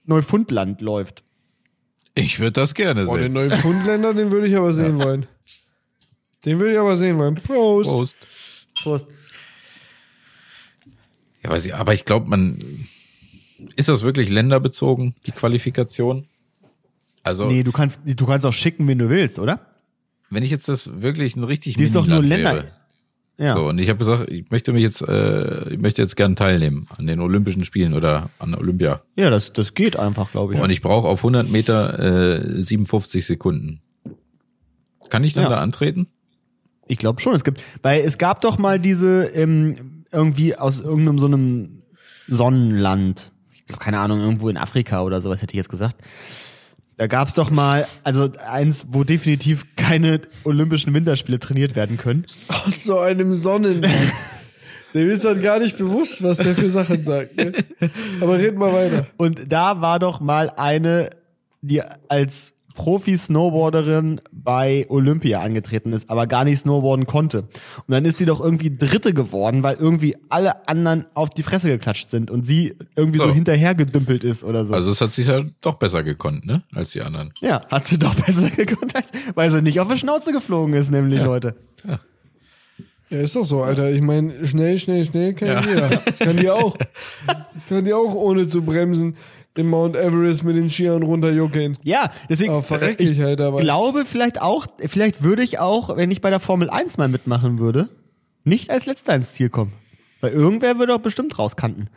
S2: Neufundland läuft.
S1: Ich würde das gerne
S5: Boah, den
S1: sehen.
S5: Neufundländer, den würde ich aber sehen wollen. Den würde ich aber sehen wollen. Prost.
S1: Prost.
S2: Prost.
S1: Ja, weiß ich, aber ich glaube, man. Ist das wirklich länderbezogen, die Qualifikation? Also,
S2: Nee, du kannst, du kannst auch schicken, wen du willst, oder?
S1: wenn ich jetzt das wirklich ein richtig
S2: Die ist doch nur
S1: Miniland
S2: Länder.
S1: wäre,
S2: Ja.
S1: So, und ich habe gesagt, ich möchte mich jetzt, äh, ich möchte jetzt gern teilnehmen an den Olympischen Spielen oder an Olympia.
S2: Ja, das, das geht einfach, glaube ich.
S1: Und ich brauche auf 100 Meter äh, 57 Sekunden. Kann ich dann
S2: Ja.
S1: da antreten?
S2: Ich glaube schon, es gibt, weil es gab doch mal diese ähm, irgendwie aus irgendeinem so einem Sonnenland, Ich glaub, keine Ahnung, irgendwo in Afrika oder sowas hätte ich jetzt gesagt. Da gab's doch mal, also eins, wo definitiv keine Olympischen Winterspiele trainiert werden können.
S5: Zu einem Sonnen. Dem ist das gar nicht bewusst, was der für Sachen sagt. Ne? Aber red mal weiter.
S2: Und da war doch mal eine, die als Profi-Snowboarderin bei Olympia angetreten ist, aber gar nicht snowboarden konnte. Und dann ist sie doch irgendwie Dritte geworden, weil irgendwie alle anderen auf die Fresse geklatscht sind und sie irgendwie so,
S1: So.
S2: hinterher gedümpelt ist oder so.
S1: Also es hat sich ja doch besser gekonnt, ne? Als die anderen.
S2: ja, hat sie doch *laughs* besser gekonnt, als, weil sie nicht auf die Schnauze geflogen ist, nämlich Leute.
S5: Ja, ist doch so, Alter. Ich meine, schnell, schnell, schnell kann ja. jeder. Ich kann die auch. Ich kann die auch ohne zu bremsen den Mount Everest mit den Skiern runterjuckeln.
S2: Ja, deswegen
S5: Aber verreck
S2: ich
S5: ich halt dabei.
S2: glaube vielleicht auch, vielleicht würde ich auch, wenn ich bei der Formel 1 mal mitmachen würde, nicht als letzter ins Ziel kommen. Weil irgendwer würde doch bestimmt rauskanten.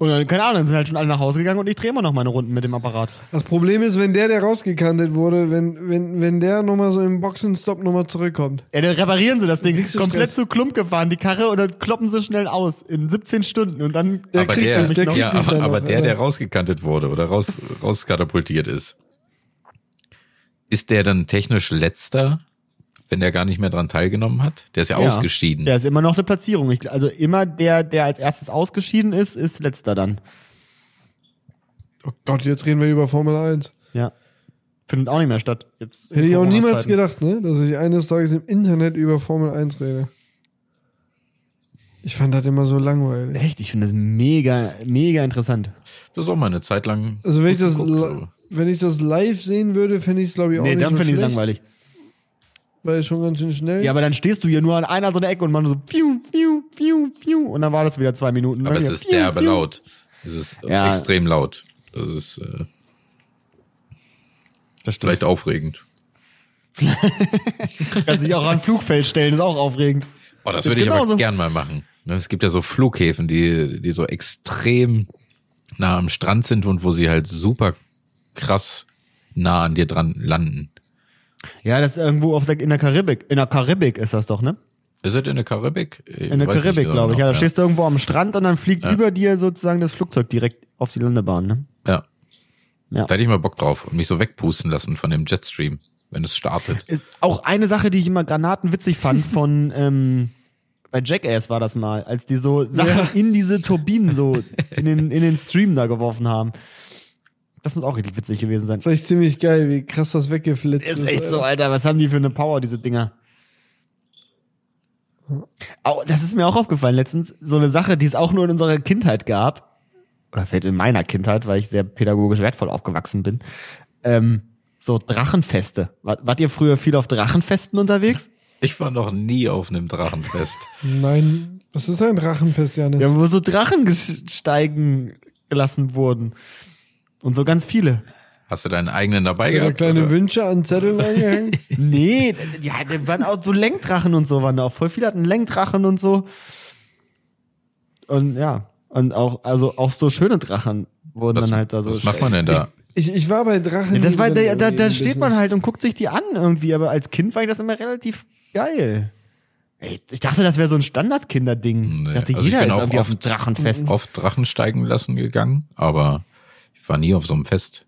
S2: Und dann, keine Ahnung, dann sind halt schon alle nach Hause gegangen und ich drehe immer noch meine Runden mit dem Apparat.
S5: Das Problem ist, wenn der, der rausgekantet wurde, wenn, wenn, wenn der nochmal so im Boxenstopp nochmal zurückkommt.
S2: Ja, dann reparieren sie das Ding.
S5: Kriegst du
S2: Komplett
S5: Stress.
S2: zu Klump gefahren, die Karre, und dann kloppen sie schnell aus. In 17 Stunden. Und dann
S5: Der kriegt
S1: der,
S5: dich, der kriegt
S1: ja,
S5: dich
S1: aber,
S5: dann
S1: aber
S5: noch,
S1: der, der
S5: Alter.
S1: rausgekantet wurde oder raus, rauskatapultiert ist, ist der dann technisch letzter, wenn der gar nicht mehr dran teilgenommen hat? Der ist ja,
S2: Ja.
S1: ausgeschieden.
S2: Der ist immer noch eine Platzierung. Ich, gl- also immer der, der als erstes ausgeschieden ist, ist letzter dann.
S5: Oh Gott, jetzt reden wir über Formel 1.
S2: Ja. Findet auch nicht mehr statt. Jetzt
S5: Hätte ich auch niemals
S2: gedacht.
S5: gedacht, ne? Dass ich eines Tages im Internet über Formel 1 rede. Ich fand das immer so langweilig.
S2: Echt, ich finde das mega, mega interessant.
S1: Das ist auch mal eine Zeit lang.
S5: Also wenn ich das,
S1: geguckt,
S5: li-
S1: aber-
S5: wenn ich das live sehen würde, fände ich es, glaube ich, auch nicht so
S2: fänd ich's
S5: schlecht, Weil schon ganz schön schnell.
S2: Ja, aber dann stehst du hier nur an einer so einer Ecke und man so piu, piu, piu, piu und dann war das wieder zwei Minuten.
S1: Aber
S2: Dann
S1: es
S2: wieder
S1: ist
S2: piu,
S1: derbe
S2: piu.
S1: laut. Es ist äh,
S2: Ja.
S1: extrem laut. Das ist äh,
S2: Das stimmt.
S1: vielleicht aufregend.
S2: Kann sich auch an ein Flugfeld stellen, ist auch aufregend.
S1: Oh, das
S2: Ist
S1: würde ich aber
S2: genauso.
S1: gern mal machen. Ne, Es gibt ja so Flughäfen, die, die so extrem nah am Strand sind und wo sie halt super krass nah an dir dran landen.
S2: Ja, das ist irgendwo auf der, in der Karibik. In der Karibik ist das doch, ne?
S1: Ist es in der Karibik? Ich
S2: In der
S1: weiß nicht
S2: Karibik,
S1: genau
S2: glaube ich. Ja, da
S1: noch,
S2: stehst du irgendwo am Strand und dann fliegt über dir sozusagen das Flugzeug direkt auf die Landebahn, ne?
S1: ja.
S2: Ja.
S1: Da hätte ich mal Bock drauf und mich so wegpusten lassen von dem Jetstream, wenn es startet.
S2: *laughs* Ist auch eine Sache, die ich immer granatenwitzig fand von, ähm, bei Jackass war das mal, als die so Sachen in diese Turbinen so in den, in den Stream da geworfen haben. Das muss auch richtig witzig gewesen sein.
S5: Das war echt ziemlich geil, wie krass das weggeflitzt ist.
S2: Ist echt so, Alter, was haben die für eine Power, diese Dinger? Au, das ist mir auch aufgefallen letztens. So eine Sache, die es auch nur in unserer Kindheit gab. Oder vielleicht in meiner Kindheit, weil ich sehr pädagogisch wertvoll aufgewachsen bin. Ähm, so Drachenfeste. Wart, wart ihr früher viel auf Drachenfesten unterwegs?
S1: Ich war noch nie auf einem Drachenfest.
S5: Nein, das ist ein Drachenfest, Janis.
S2: Ja, wo so Drachen ges- steigen gelassen wurden. Und so ganz viele.
S1: Hast du deinen eigenen dabei
S5: Hat er
S1: gehabt?
S5: kleine
S1: oder?
S5: Wünsche
S2: *laughs*
S5: an Zetteln angehängt?
S2: Nee, *laughs* ja, da waren auch so Lenkdrachen und so waren da auch. Voll viele hatten Lenkdrachen und so. Und ja, und auch, also auch so schöne Drachen wurden
S1: was,
S2: dann halt da so.
S1: was macht man denn da?
S5: Ich, ich war bei Drachen.
S2: Ja, das war, da, da, da
S5: Business.
S2: steht man halt und guckt sich die an irgendwie, aber als Kind fand ich das immer relativ geil. Ey, ich dachte, das wäre so ein Standardkinderding.
S1: Nee,
S2: ich dachte,
S1: also ich
S2: jeder
S1: bin
S2: ist
S1: auch
S2: irgendwie auf dem
S1: oft-
S2: Drachenfest.
S1: Oft Drachen steigen lassen gegangen, aber ich war nie auf so einem Fest.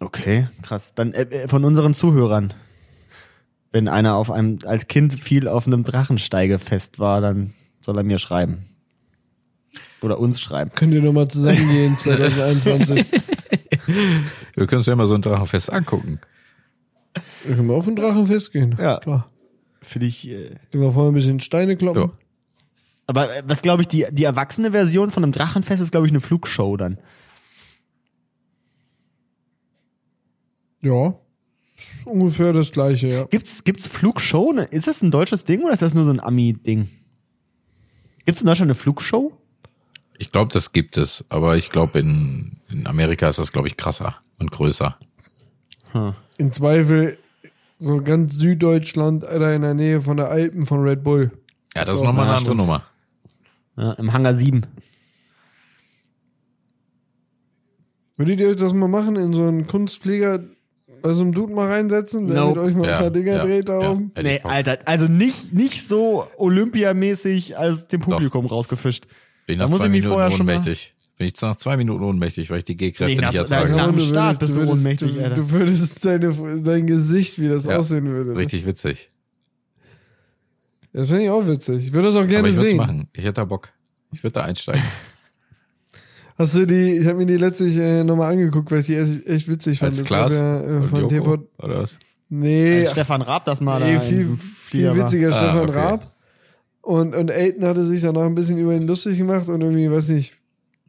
S2: Okay, krass. Dann äh, äh, von unseren Zuhörern. Wenn einer auf einem als Kind viel auf einem Drachensteigefest war, dann soll er mir schreiben. Oder uns schreiben.
S5: Könnt ihr nochmal
S2: *laughs*
S5: zusammengehen 2021?
S1: Wir können uns ja mal so ein Drachenfest angucken.
S5: Wir können mal auf ein Drachenfest gehen.
S2: Ja.
S5: Klar.
S2: Finde ich. Äh,
S5: Gehen wir vorher ein bisschen Steine kloppen.
S1: Ja.
S2: aber äh, was glaube ich, die, die erwachsene Version von einem Drachenfest ist, glaube ich, eine Flugshow dann.
S5: Ja. Ist Ungefähr das gleiche, ja.
S2: Gibt's, gibt's Flugshow? Ne? Ist das ein deutsches Ding oder ist das nur so ein Ami-Ding? Gibt's in Deutschland eine Flugshow?
S1: Ich glaube, das gibt es, aber ich glaube, in, in Amerika ist das, glaube ich, krasser und größer.
S5: Im Zweifel so ganz Süddeutschland, Alter, in der Nähe von der Alpen von Red Bull.
S1: Ja, das ist
S5: So,
S1: nochmal eine
S5: ja,
S1: andere
S5: stimmt.
S1: Nummer.
S2: Ja, Im Hangar 7.
S5: Würdet ihr euch das mal machen, in so einen Kunstflieger, also einen Dude mal reinsetzen, der
S2: Nope.
S5: mit euch mal ein
S1: Ja,
S5: paar Dinger
S1: ja,
S5: dreht da
S1: ja,
S5: oben?
S1: hätte ich
S2: Nee,
S1: Bock.
S2: Alter, also nicht, nicht so olympiamäßig aus dem Publikum rausgefischt.
S1: Bin ich
S2: Da
S1: nach
S2: muss
S1: zwei
S2: ich mich
S1: Minuten
S2: vorher schon mal-
S1: ohnmächtig. Bin ich nach zwei Minuten ohnmächtig, weil ich die Gehkräfte
S2: Nee, nach-
S1: nicht
S2: nach-
S1: ertrage.
S2: nach- dem
S5: du
S2: Start bist du
S5: würdest,
S2: ohnmächtig,
S5: du,
S2: Alter.
S5: du würdest deine, dein Gesicht, wie das
S1: Ja,
S5: aussehen würde.
S1: Richtig witzig.
S5: Das finde ich auch witzig. Ich würde das auch
S1: Aber
S5: gerne
S1: ich würde es
S5: sehen.
S1: machen. Ich hätte da Bock. Ich würde da einsteigen.
S5: Hast du die, ich habe mir die letztlich äh, nochmal angeguckt, weil ich die echt, echt witzig fand.
S1: Als
S5: Das
S1: Klaas
S5: war der, äh,
S1: Und
S5: von
S1: Joko,
S5: TV.
S1: oder was?
S5: Nee,
S2: Als Also Stefan Raab das mal
S5: nee
S2: da in
S5: viel,
S2: diesem Flieger
S5: viel witziger
S1: Ah,
S5: Stefan
S1: okay.
S5: Raab. Und, und Elton hatte sich danach ein bisschen über ihn lustig gemacht und irgendwie, weiß nicht,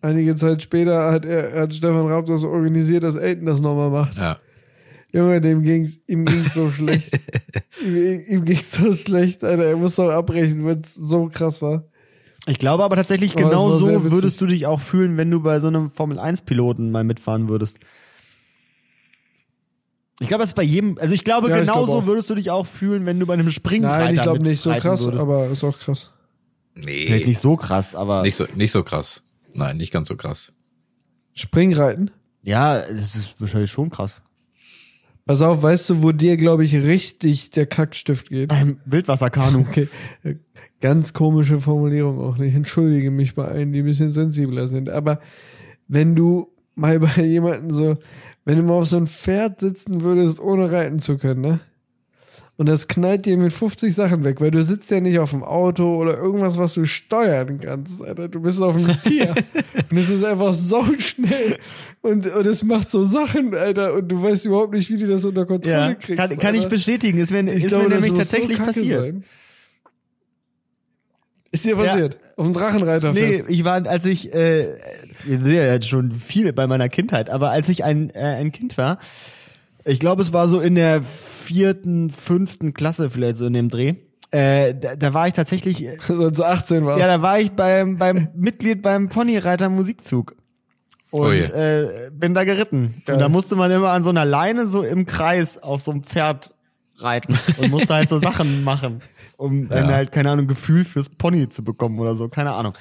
S5: einige Zeit später hat, er, hat Stefan Raab das organisiert, dass Elton das nochmal macht.
S1: Ja.
S5: Junge, dem ging's, ihm ging's so schlecht. ihm, ihm ging's so schlecht, Alter. Er musste auch abbrechen, weil's so krass war.
S2: War. Ich glaube aber tatsächlich,
S5: Aber Oh, das
S2: genau
S5: war sehr
S2: so
S5: witzig.
S2: würdest du dich auch fühlen, wenn du bei so einem Formel-1-Piloten mal mitfahren würdest. Ich glaube, das ist bei jedem, also ich glaube,
S5: Ja, ich
S2: genau
S5: glaub
S2: so
S5: auch.
S2: würdest du dich auch fühlen, wenn du bei einem Springreiter
S5: Nein, ich glaube nicht so
S2: mitreiten
S5: krass,
S2: würdest.
S5: aber ist auch krass.
S2: Vielleicht
S1: Nee.
S2: nicht so krass, aber
S1: Nicht so, nicht so krass. Nein, nicht ganz so
S2: *laughs*
S1: krass.
S5: Springreiten?
S2: ja, es ist wahrscheinlich schon krass.
S5: Pass auf, weißt du, wo dir, glaube ich, richtig der
S2: *laughs*
S5: Kackstift geht?
S2: Beim
S5: *laughs*
S2: Wildwasserkanu.
S5: Okay. Ganz komische Formulierung auch nicht. Entschuldige mich bei allen, die ein bisschen sensibler sind. Aber wenn du mal bei jemanden so, wenn du mal auf so ein Pferd sitzen würdest, ohne reiten zu können, ne? Und das knallt dir mit 50 Sachen weg, weil du sitzt ja nicht auf dem Auto oder irgendwas, was du steuern kannst, Alter. Du bist auf dem Tier. und es ist einfach so schnell. Und, und es macht so Sachen, Alter. Und du weißt überhaupt nicht, wie du das unter Kontrolle
S2: Ja,
S5: kriegst.
S2: kann, kann ich
S5: Alter.
S2: bestätigen, ist mir,
S5: Ich
S2: ist
S5: glaube,
S2: mir
S5: das
S2: nämlich
S5: muss
S2: tatsächlich
S5: so kacke
S2: passiert.
S5: sein. Ist
S2: Ja.
S5: dir passiert? Auf dem Drachenreiterfest.
S2: Nee, ich war, als ich, äh, ich sehe ja jetzt schon viel bei meiner Kindheit, aber als ich ein, äh, ein Kind war, ich glaube, es war so in der vierten, fünften Klasse vielleicht so in dem Dreh, äh, da, da war ich tatsächlich, äh,
S5: Sonst so 18 warst.
S2: ja, da war ich beim, beim Mitglied beim Ponyreiter Musikzug. Und
S1: Oh je.
S2: äh, bin da geritten. Und da musste man immer an so einer Leine so im Kreis auf so einem Pferd reiten und musste
S1: *laughs*
S2: halt so Sachen machen, um dann halt, keine Ahnung, Gefühl fürs Pony zu bekommen oder so, keine Ahnung.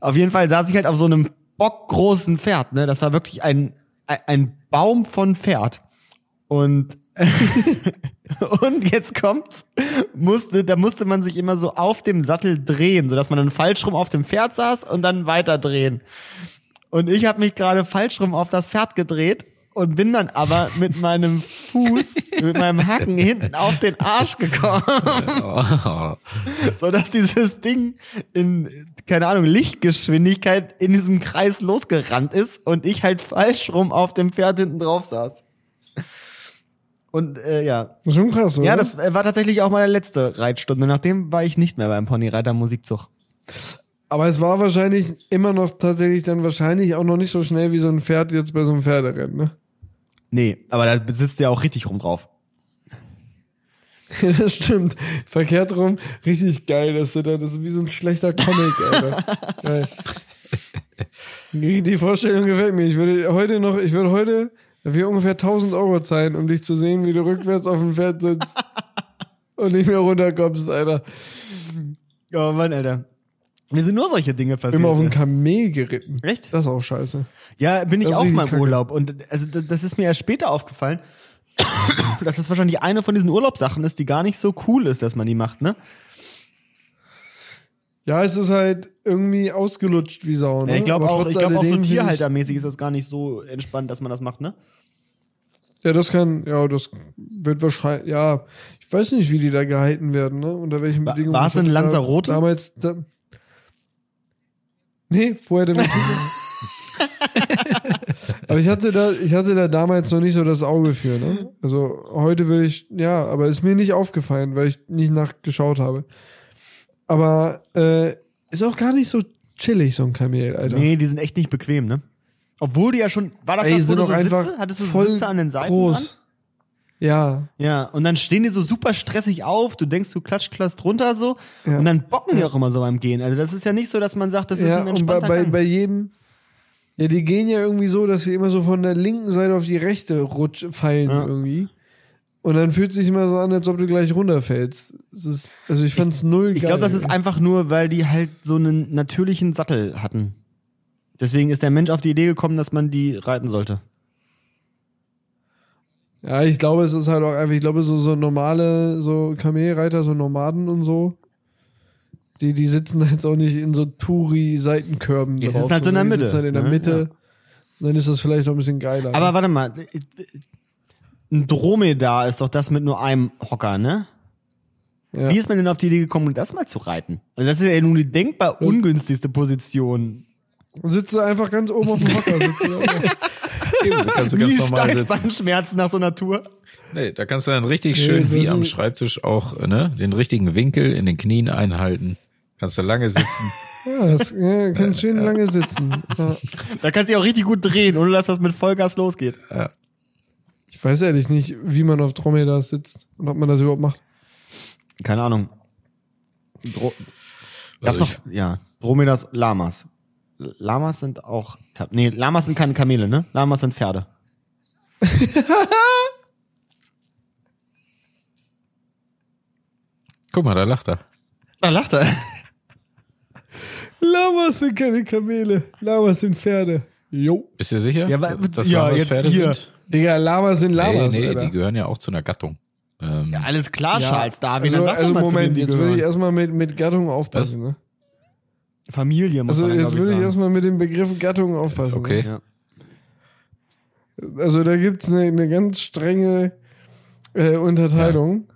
S2: Auf jeden Fall saß ich halt auf so einem bockgroßen Pferd, ne? Das war wirklich ein, ein- ein Baum von Pferd. Und, *laughs* und jetzt kommt's, musste, da musste man sich immer so auf dem Sattel drehen, sodass man dann falsch rum auf dem Pferd saß und dann weiter drehen. Und ich habe mich gerade falsch rum auf das Pferd gedreht. und bin dann aber mit meinem Fuß, mit meinem Hacken hinten auf den Arsch gekommen, *laughs*
S1: Oh.
S2: sodass dieses Ding in, keine Ahnung, Lichtgeschwindigkeit in diesem Kreis losgerannt ist und ich halt falsch rum auf dem Pferd hinten drauf saß. Und äh, ja,
S5: Das ist schon krass, oder?
S2: ja, das äh, war tatsächlich auch meine letzte Reitstunde. Nachdem war ich nicht mehr beim Ponyreiter Musikzug.
S5: Aber es war wahrscheinlich immer noch tatsächlich dann wahrscheinlich auch noch nicht so schnell wie so ein Pferd jetzt bei so einem Pferderennen, ne?
S2: Nee, aber da sitzt ja auch richtig rum drauf.
S5: *laughs* das stimmt. Verkehrt rum, richtig geil, dass du da, das ist wie so ein schlechter Comic,
S2: *laughs*
S5: Alter. geil. Die die Vorstellung gefällt mir. Ich würde heute noch, ich würde heute dafür ungefähr 1000 Euro zahlen, um dich zu sehen, wie du rückwärts auf dem
S2: *laughs*
S5: Pferd sitzt und nicht mehr runterkommst, Alter.
S2: Oh Mann, Alter. Mir sind nur solche Dinge passiert.
S5: Immer auf ein Kamel geritten.
S2: Echt?
S5: Das ist auch scheiße.
S2: Ja, bin ich
S5: Das ist
S2: auch
S5: richtig
S2: mal im
S5: kacke.
S2: Urlaub. Und also d- das ist mir erst später aufgefallen, *coughs* dass das wahrscheinlich eine von diesen Urlaubssachen ist, die gar nicht so cool ist, dass man die macht, ne?
S5: Ja, es ist halt irgendwie ausgelutscht wie Sau. Ne?
S2: Ja, ich glaube
S5: Aber
S2: auch,
S5: trotz
S2: ich glaub auch so
S5: alledem finde ich-
S2: tierhaltermäßig ist das gar nicht so entspannt, dass man das macht, ne?
S5: Ja, das kann, ja, das wird wahrscheinlich, ja, ich weiß nicht, wie die da gehalten werden, ne? Unter welchen
S2: Wa-
S5: Bedingungen.
S2: war es
S5: Ich hab
S2: in
S5: da
S2: Lanzarote?
S5: Damals, da, nee, vorher der
S2: *laughs*
S5: Aber ich hatte da, ich hatte da damals noch nicht so das Auge für, ne? Also heute würde ich, ja, aber ist mir nicht aufgefallen, weil ich nicht nachgeschaut habe. Aber äh, ist auch gar nicht so chillig, so ein Kamel, Alter.
S2: Nee, die sind echt nicht bequem, ne? Obwohl die ja schon, war das
S5: Ey,
S2: das, wo
S5: sind
S2: du
S5: doch
S2: so
S5: einfach
S2: Sitze? Hattest du so
S5: voll
S2: Sitze an den Seiten dran?
S5: groß. Ja,
S2: Ja, und dann stehen die so super stressig auf, du denkst, du klatscht, klatscht runter so,
S5: Ja.
S2: und dann bocken die auch immer so beim Gehen. Also das ist ja nicht so, dass man sagt, das ist ein
S5: und bei,
S2: entspannter
S5: bei,
S2: Gang.
S5: bei jedem. Ja, die gehen ja irgendwie so, dass sie immer so von der linken Seite auf die rechte rutsch fallen
S2: Ja.
S5: irgendwie. Und dann fühlt sich immer so an, als ob du gleich runterfällst. Es ist, also ich fand's null geil.
S2: Ich glaube, das ist
S5: ey.
S2: einfach nur, weil die halt so einen natürlichen Sattel hatten. Deswegen ist der Mensch auf die Idee gekommen, dass man die reiten sollte.
S5: Ja, ich glaube, es ist halt auch einfach, ich glaube, so, so normale, so Kamelreiter, so Nomaden und so, die, die sitzen jetzt auch nicht in so Touri-Seitenkörben
S2: Die
S5: drauf.
S2: sitzen halt so in der
S5: sondern die
S2: Mitte,
S5: sitzen halt in der
S2: ne?
S5: Mitte. Dann ist das vielleicht noch ein bisschen geiler.
S2: Aber warte mal, ein Dromedar ist doch das mit nur einem Hocker, ne?
S5: ja.
S2: Wie ist man denn auf die Idee gekommen, das mal zu reiten? Also das ist ja nun die denkbar ungünstigste Position.
S5: Und sitzt du einfach ganz oben auf dem Hocker. sitzt
S2: *laughs*
S5: du da oben.
S1: Eben, da kannst du
S2: Wie
S1: ganz normal sitzen.
S2: Steißbeinschmerzen nach so einer Tour.
S1: Nee, da kannst du dann richtig
S5: Nee,
S1: schön
S5: das
S1: wie
S5: ist-
S1: am Schreibtisch auch ne, den richtigen Winkel in den Knien einhalten. Kannst du lange sitzen.
S5: Ja, das ja, kann schön lange sitzen. Ja.
S2: Da kannst du dich auch richtig gut drehen, ohne dass das mit Vollgas losgeht.
S5: Ich weiß ehrlich nicht, wie man auf Dromedar sitzt und ob man das überhaupt macht.
S2: Keine Ahnung. Dro
S1: Also
S2: Gab's
S1: ich,
S2: noch, ja, Dromedas Lamas. L- Lamas sind auch, Ta- nee, Lamas sind keine Kamele, ne? Lamas sind Pferde.
S1: guck mal, da lacht er.
S2: Da lacht er.
S5: Lamas sind keine Kamele, Lamas sind Pferde. Jo.
S1: Bist du sicher?
S2: *laughs* Ja, wa-
S1: dass
S2: ja,
S1: Lamas
S2: jetzt
S1: Pferde
S2: hier.
S1: sind?
S5: Digga, Lamas sind
S1: Nee,
S5: Lamas,
S1: nee,
S5: Alter.
S1: die gehören ja auch zu einer Gattung. Ähm,
S2: Alles klar,
S5: Ja.
S2: Charles Darwin,
S5: also,
S2: dann sag doch
S5: also
S2: mal
S5: Moment,
S2: zu wem
S5: jetzt
S2: die
S5: würde ich
S2: gehören.
S5: erstmal mit, mit Gattung aufpassen. Ne?
S2: Familie muss
S5: Also
S2: man dann,
S5: jetzt
S2: glaub
S5: würde ich
S2: sagen.
S5: erstmal mit dem Begriff Gattung aufpassen. ne?
S1: okay.
S2: Ja.
S5: Also da gibt's eine, eine ganz strenge äh, Unterteilung.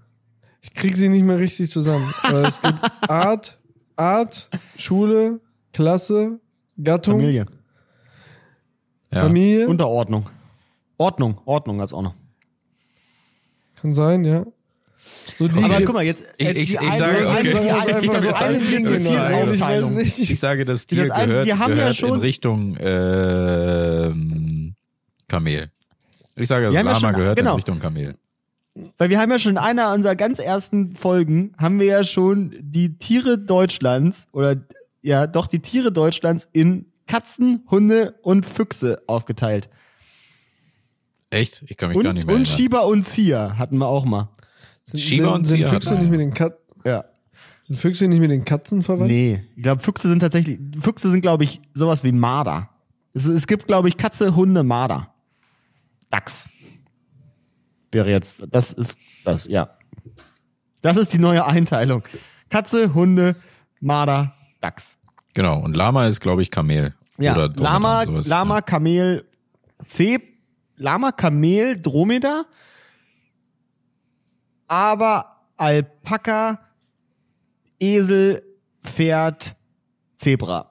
S5: Ich krieg sie nicht mehr
S2: *laughs*
S5: richtig zusammen. Aber es gibt Art, Art, Schule, Klasse, Gattung, Familie,
S2: Familie. Unterordnung. Ordnung, Ordnung gab's auch noch.
S5: Kann sein, ja. So die
S2: Aber
S5: gibt's.
S2: guck mal, jetzt,
S1: Ich-
S2: jetzt
S1: ich-
S2: die
S1: ich
S2: eine-
S1: sage,
S2: die eine-
S1: okay.
S2: die eine- die-
S1: Ich
S2: so
S1: sage,
S2: eine
S1: okay.
S2: Ding zu viel
S1: Nein,
S5: Also ich weiß
S2: Aufteilung.
S5: nicht.
S1: Ich sage, das Tier
S2: das ein-
S1: gehört,
S2: wir haben ja
S1: gehört in
S2: schon-
S1: Richtung ähm, Kamel. Ich sage, das
S2: Wir haben ja
S1: Lama
S2: schon-
S1: gehört
S2: genau.
S1: in Richtung Kamel.
S2: Weil wir haben ja schon in einer unserer ganz ersten Folgen, haben wir ja schon die Tiere Deutschlands oder ja doch die Tiere Deutschlands in Katzen, Hunde und Füchse aufgeteilt.
S1: Echt? Ich kann mich gar nicht
S2: Und,
S1: mehr
S2: und
S1: erinnern.
S2: Schieber und Zier hatten wir auch mal.
S5: Sind,
S1: Schieber und
S5: sind,
S1: Zieher
S5: sind Füchse
S1: hatten wir.
S5: nicht mit den Kat
S2: Ja.
S5: sind Füchse nicht mit den Katzen verwandt?
S2: Nee, ich glaube, Füchse sind tatsächlich, Füchse sind, glaube ich, sowas wie Marder. Es, es gibt, glaube ich, Katze, Hunde, Marder. Dachs. Wäre jetzt, das ist, das, ja. Das ist die neue Einteilung. Katze, Hunde, Marder, Dachs.
S1: Genau, und Lama ist, glaube ich, Kamel.
S2: Ja,
S1: Oder Dromedar,
S2: Lama,
S1: sowas.
S2: Lama, Kamel, Zeb, Lama, Kamel, Dromedar, aber Alpaka, Esel, Pferd, Zebra.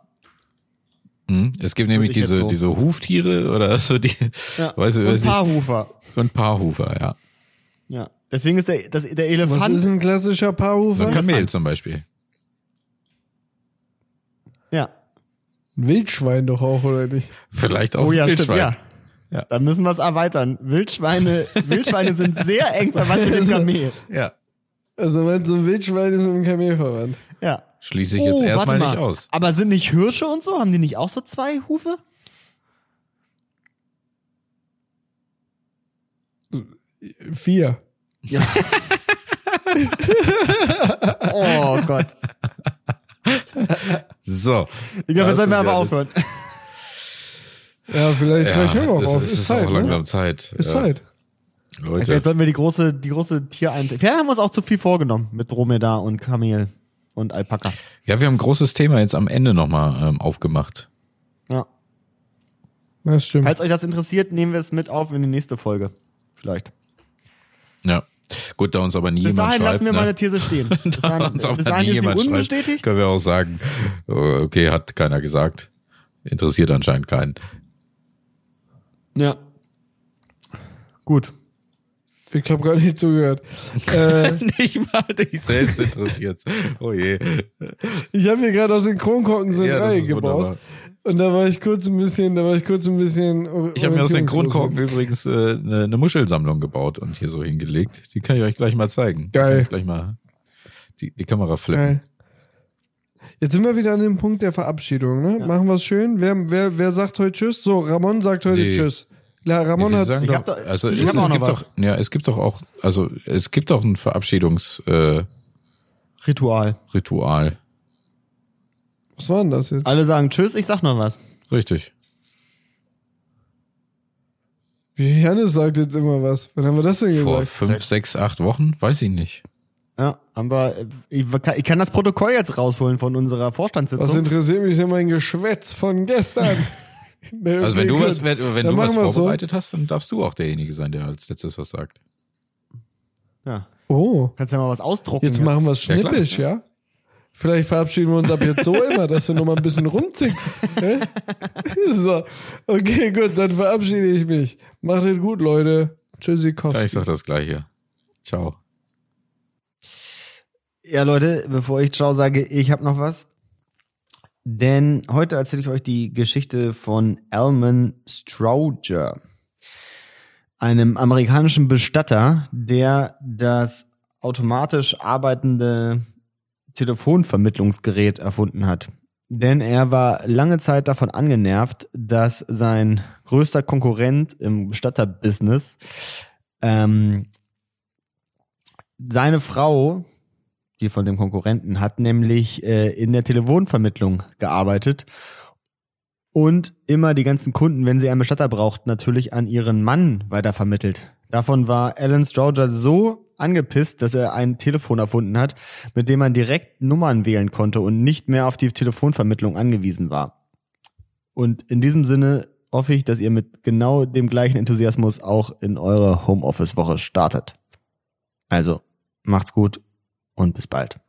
S1: Hm? Es gibt nämlich
S2: ich jetzt
S1: diese,
S2: so-
S1: diese Huftiere oder *laughs* so, die,
S2: Ja.
S1: weiß ich,
S2: Und
S1: weiß ich,
S2: Paarhufer.
S1: und Paarhufer, ja.
S2: Ja. Deswegen ist der, das, der
S5: Was
S2: Elefant.
S5: ist ein klassischer
S1: So
S5: Paarhufer?
S1: ein Kamel zum Beispiel.
S2: ja.
S5: Ein Wildschwein doch auch, oder nicht?
S1: Vielleicht auch
S2: Oh ja,
S1: ein
S2: stimmt,
S1: Wildschwein.
S2: ja.
S1: Ja.
S2: Da müssen wir es erweitern. Wildschweine, Wildschweine sind sehr eng
S1: *laughs*
S2: verwandt mit dem Kamel.
S1: ja.
S5: Also meinst du, ein Wildschwein ist mit einem Kamel verwandt?
S2: Ja.
S1: Schließe ich jetzt
S2: Oh,
S1: erstmal
S2: warte
S1: nicht
S2: mal.
S1: aus.
S2: Aber sind nicht Hirsche und so? Haben die nicht auch so zwei Hufe?
S5: Vier.
S1: *laughs*
S2: Oh Gott.
S1: So. Das
S2: Ich glaube, jetzt sollten
S1: ist
S2: wir aber
S1: ja das-
S2: aufhören.
S5: Ja, vielleicht,
S1: Ja,
S5: vielleicht hören wir auch
S1: das
S5: auf.
S1: Ist,
S5: Ist, Zeit,
S1: auch
S5: ne?
S1: langsam Zeit.
S5: Ist
S1: ja,
S5: Zeit.
S1: Leute.
S2: Vielleicht sollten wir die große, die große Tiereinte. Vielleicht haben wir uns auch zu viel vorgenommen mit Dromedar und Kamel und Alpaka.
S1: Ja, wir haben ein großes Thema jetzt am Ende nochmal ähm, aufgemacht.
S2: Ja.
S5: Das stimmt.
S2: Falls euch das interessiert, nehmen wir es mit auf in die nächste Folge. Vielleicht.
S1: Ja. Gut, da uns aber nie
S2: Bis
S1: jemand
S2: dahin
S1: schreibt.
S2: lassen wir
S1: ne?
S2: meine
S1: *laughs*
S2: These stehen. Bis
S1: da
S2: dahin,
S1: uns aber
S2: bis
S1: nie
S2: dahin ist sie
S1: jemand schreibt,
S2: unbestätigt.
S1: Können wir auch sagen, äh, okay, hat keiner gesagt. Interessiert anscheinend keinen.
S2: Ja. Gut.
S5: Ich habe gar
S1: *laughs*
S5: nicht zugehört. äh,
S1: *laughs* Nicht mal dich selbst interessiert. *laughs* Oh je.
S5: ich habe hier gerade aus den Kronkorken so ein
S1: Ja, das
S5: Dreieck
S1: ist
S5: gebaut.
S1: wunderbar.
S5: Und da war ich kurz ein bisschen, da war ich kurz ein bisschen.
S1: Ich habe mir aus den
S5: orientierungslos.
S1: Kronkorken übrigens äh, eine eine Muschelsammlung gebaut und hier so hingelegt. Die kann ich euch gleich mal zeigen.
S5: Geil.
S1: Kann ich Gleich mal die, die Kamera flippen.
S5: Geil. Jetzt sind wir wieder an dem Punkt der Verabschiedung, ne? Machen wir es schön. Wer, wer, wer sagt heute Tschüss? So, Ramon sagt heute
S1: Nee.
S5: Tschüss. La, Ramon
S1: Wir
S5: hat.
S1: sagen
S2: Ich
S1: doch,
S2: hab da-
S1: also
S2: ich
S1: es,
S2: hab
S1: es
S2: auch noch
S1: gibt
S2: was.
S1: doch, ja, es gibt doch auch, also es gibt doch ein Verabschiedungsritual. Äh,
S2: Ritual.
S1: Ritual.
S5: Was war denn das jetzt?
S2: Alle sagen Tschüss, ich sag noch was.
S1: Richtig.
S5: Wie Janis sagt jetzt immer was. Wann haben wir das denn
S1: Vor
S5: gesagt?
S1: fünf, sechs, acht Wochen, weiß ich nicht.
S2: Ja, aber ich kann, ich kann das Protokoll jetzt rausholen von unserer
S5: Was
S2: Vorstandssitzung.
S5: interessiert mich denn mein Geschwätz von gestern? *laughs* Nee,
S1: Also
S5: okay,
S1: wenn du
S5: gut.
S1: was, wenn, wenn
S5: Dann
S1: du was
S5: machen wir's so.
S1: vorbereitet hast, dann darfst du auch derjenige sein, der als letztes was sagt.
S2: Ja,
S5: Oh,
S2: kannst ja mal was ausdrucken.
S5: jetzt machen wir es
S1: Ja, klar.
S5: schnippisch, ja? Vielleicht verabschieden wir uns ab
S1: *laughs*
S5: jetzt so immer, dass du noch mal ein bisschen rumzickst. hä? *laughs* so, okay, gut, dann verabschiede ich mich. Macht es gut, Leute.
S1: Ja, ich
S5: Tschüssikowski.
S1: sag das gleiche. Ciao.
S2: Ja, Leute, bevor ich Ciao sage, ich habe noch was. Denn heute erzähle ich euch die Geschichte von Alman Strauger, einem amerikanischen Bestatter, der das automatisch arbeitende Telefonvermittlungsgerät erfunden hat. Denn er war lange Zeit davon angenervt, dass sein größter Konkurrent im Bestatterbusiness ähm, seine Frau, die von dem Konkurrenten, hat nämlich äh, in der Telefonvermittlung gearbeitet und immer die ganzen Kunden, wenn sie einen Bestatter braucht, natürlich an ihren Mann weitervermittelt. Davon war Alan Stroger so angepisst, dass er ein Telefon erfunden hat, mit dem man direkt Nummern wählen konnte und nicht mehr auf die Telefonvermittlung angewiesen war. Und in diesem Sinne hoffe ich, dass ihr mit genau dem gleichen Enthusiasmus auch in eure Homeoffice-Woche startet. Also, macht's gut und bis bald.